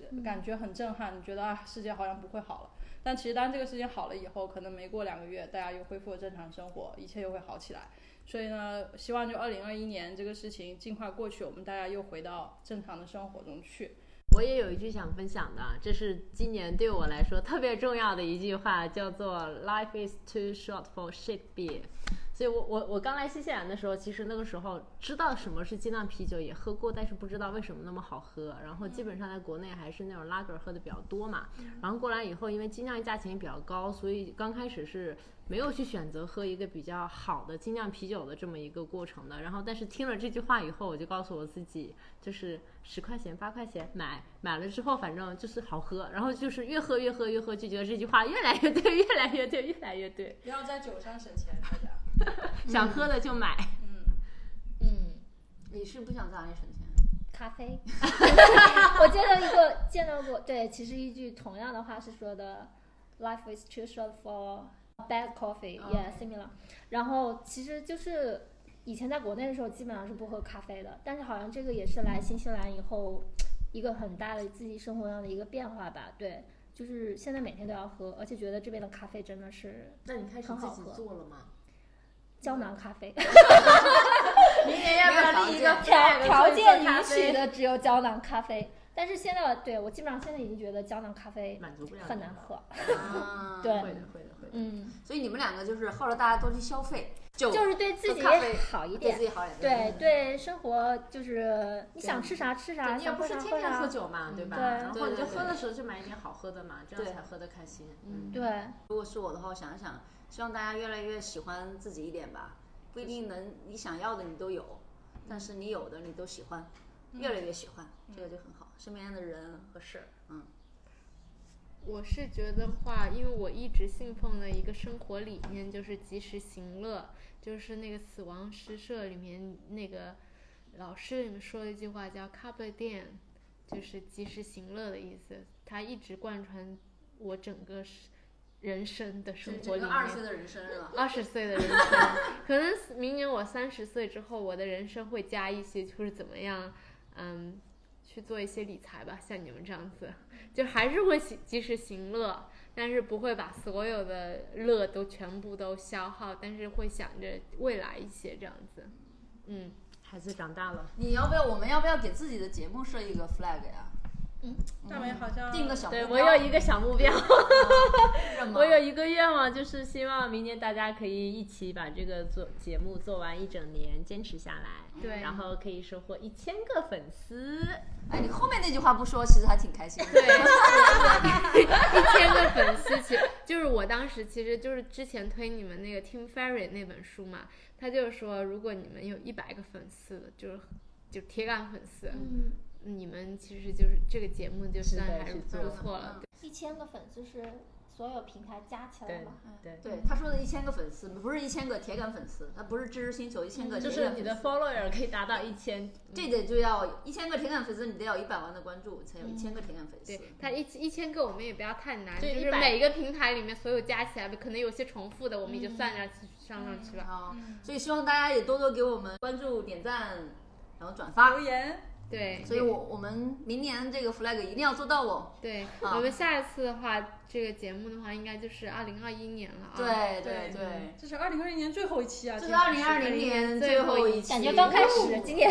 [SPEAKER 5] 呃感觉很震撼，觉得啊世界好像不会好了，但其实当这个事情好了以后，可能没过两个月，大家又恢复了正常生活，一切又会好起来。所以呢，希望就二零二一年这个事情尽快过去，我们大家又回到正常的生活中去。
[SPEAKER 2] 我也有一句想分享的，这是今年对我来说特别重要的一句话，叫做 “Life is too short for shit beer”。所以我我我刚来新西兰的时候，其实那个时候知道什么是精酿啤酒，也喝过，但是不知道为什么那么好喝。然后基本上在国内还是那种拉格喝的比较多嘛。然后过来以后，因为精酿价钱也比较高，所以刚开始是没有去选择喝一个比较好的精酿啤酒的这么一个过程的。然后但是听了这句话以后，我就告诉我自己，就是十块钱、八块钱买，买了之后反正就是好喝，然后就是越喝越喝越喝，就觉得这句话越来越对，越来越对，越来越对，
[SPEAKER 5] 不要在酒上省钱，大家。
[SPEAKER 2] 想喝的就买。
[SPEAKER 5] 嗯，
[SPEAKER 6] 嗯，
[SPEAKER 1] 你是不想在哪里省钱？
[SPEAKER 6] 咖啡。 我见到一个见到过，对，其实一句同样的话是说的，life is too short for bad
[SPEAKER 9] 哦
[SPEAKER 6] coffee，yeah similar。然后其实就是以前在国内的时候基本上是不喝咖啡的，但是好像这个也是来新西兰以后一个很大的自己生活上的一个变化吧，对。就是现在每天都要喝，而且觉得这边的咖啡真的是
[SPEAKER 2] 那你开
[SPEAKER 6] 始自己
[SPEAKER 2] 做了吗？
[SPEAKER 6] 胶囊咖啡，
[SPEAKER 9] 明年要不要立一个
[SPEAKER 6] 条
[SPEAKER 9] flag
[SPEAKER 6] 条件
[SPEAKER 9] 做一次咖
[SPEAKER 6] 允
[SPEAKER 9] 啡
[SPEAKER 6] 许的只有胶囊咖啡。但是现在，对我基本上现在已经觉得胶囊咖啡
[SPEAKER 2] 满足不了。
[SPEAKER 6] 很难。喝。
[SPEAKER 1] 啊，
[SPEAKER 6] 对
[SPEAKER 2] 会的，会的，会的。
[SPEAKER 6] 嗯，
[SPEAKER 1] 所以你们两个就是号召大家多去消费，就
[SPEAKER 6] 就是对自己
[SPEAKER 1] 喝咖啡
[SPEAKER 6] 好一
[SPEAKER 1] 对自
[SPEAKER 6] 点，
[SPEAKER 1] 己好一点。
[SPEAKER 6] 对对生活就是你想吃啥吃啥，
[SPEAKER 2] 嗯你也
[SPEAKER 6] 想
[SPEAKER 2] 不
[SPEAKER 6] 喝
[SPEAKER 2] 是
[SPEAKER 6] 啥
[SPEAKER 2] 天
[SPEAKER 6] 喝
[SPEAKER 2] 天喝
[SPEAKER 6] 啥。
[SPEAKER 2] 酒嘛，对吧？
[SPEAKER 6] 对啊
[SPEAKER 2] 然后你就
[SPEAKER 1] 对对对
[SPEAKER 2] 喝的时候就买一点好喝的嘛，这样
[SPEAKER 1] 对
[SPEAKER 2] 才喝得开心。
[SPEAKER 1] 嗯
[SPEAKER 6] 对，
[SPEAKER 1] 如果是我的话，我想一想，希望大家越来越喜欢自己一点吧，不一定能你想要的你都有，但是你有的你都喜欢，越来越喜欢，这个就很好。身边的人和事儿，嗯，
[SPEAKER 4] 我是觉得话，因为我一直信奉的一个生活理念就是及时行乐，就是那个《死亡诗社》里面那个老师里面说的一句话叫 “carpe diem”，就是及时行乐的意思。它一直贯穿我整个是人生的生
[SPEAKER 1] 是整
[SPEAKER 4] 活理
[SPEAKER 1] 个二十岁。
[SPEAKER 4] 念
[SPEAKER 1] 的人生日了。
[SPEAKER 4] 二十岁的人生，可能明年我三十岁之后，我的人生会加一些，就是怎么样，嗯，去做一些理财吧，像你们这样子，就还是会及及时行乐，但是不会把所有的乐都全部都消耗，但是会想着未来一些这样子，嗯，
[SPEAKER 2] 孩子长大了，
[SPEAKER 1] 你要不要？我们要不要给自己的节目设一个 flag 呀？
[SPEAKER 5] 大美好像
[SPEAKER 1] 嗯定个小目
[SPEAKER 2] 对
[SPEAKER 1] 标。
[SPEAKER 2] 我有一个小目标，
[SPEAKER 1] 什么
[SPEAKER 2] 我有一个愿望，就是希望明年大家可以一起把这个做节目做完一整年，坚持下来，
[SPEAKER 4] 对
[SPEAKER 2] 然后可以收获一千个粉丝。
[SPEAKER 1] 哎，你后面那句话不说，其实还挺开心的。对，
[SPEAKER 4] 一千个粉丝，其实就是我当时其实就是之前推你们那个 Tim Ferry 那本书嘛，他就是说，如果你们有一百个粉丝，就是就铁杆粉丝，
[SPEAKER 6] 嗯，
[SPEAKER 4] 你们其实就是这个节目就算
[SPEAKER 2] 的
[SPEAKER 4] 还
[SPEAKER 2] 是
[SPEAKER 4] 不
[SPEAKER 2] 做的
[SPEAKER 6] 嗯
[SPEAKER 4] 错了。
[SPEAKER 6] 一千个粉丝是所有平台加起来
[SPEAKER 10] 对
[SPEAKER 6] 嘛。
[SPEAKER 10] 对。
[SPEAKER 1] 对，他说的一千个粉丝，不是一千个铁杆粉丝，那不是知识星球一千个铁
[SPEAKER 2] 就
[SPEAKER 1] 杆
[SPEAKER 2] 是
[SPEAKER 1] 粉
[SPEAKER 2] 你
[SPEAKER 1] 丝，
[SPEAKER 2] 的 follower 可以达到一 千，
[SPEAKER 1] 这得就要一千个铁杆粉丝，你得要一百万的关注，才有一千个嗯铁杆粉丝。
[SPEAKER 4] 对，它一一千个我们也不要太难，就
[SPEAKER 2] 对
[SPEAKER 4] 是
[SPEAKER 2] 100
[SPEAKER 4] 每一个平台里面所有加起来，可能有些重复的，我们也就算上去上上去了。
[SPEAKER 1] 啊，所以希望大家也多多给我们关注、点赞，然后转发
[SPEAKER 5] 留。言，
[SPEAKER 4] 对，
[SPEAKER 1] 所以我我们明年这个 flag 一定要做到哦。
[SPEAKER 4] 对，
[SPEAKER 1] 好
[SPEAKER 4] 我们下一次的话，这个节目的话，应该就是二零二一年了啊。
[SPEAKER 1] 对
[SPEAKER 5] 对
[SPEAKER 1] 对对，
[SPEAKER 5] 这是二零二一年最后一期啊，
[SPEAKER 1] 这
[SPEAKER 5] 这
[SPEAKER 1] 是二零二零年最后一期，
[SPEAKER 6] 感觉刚开始，今年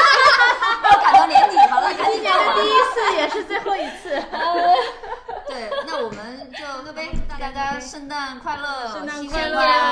[SPEAKER 1] 要赶到年底，好了，赶紧
[SPEAKER 6] 今 年
[SPEAKER 1] 到
[SPEAKER 6] 的第一次也是最后一次。
[SPEAKER 1] 对，那我们就各位大家圣诞快乐，
[SPEAKER 5] 圣诞
[SPEAKER 1] 新
[SPEAKER 5] 快
[SPEAKER 1] 年
[SPEAKER 5] 乐
[SPEAKER 1] 快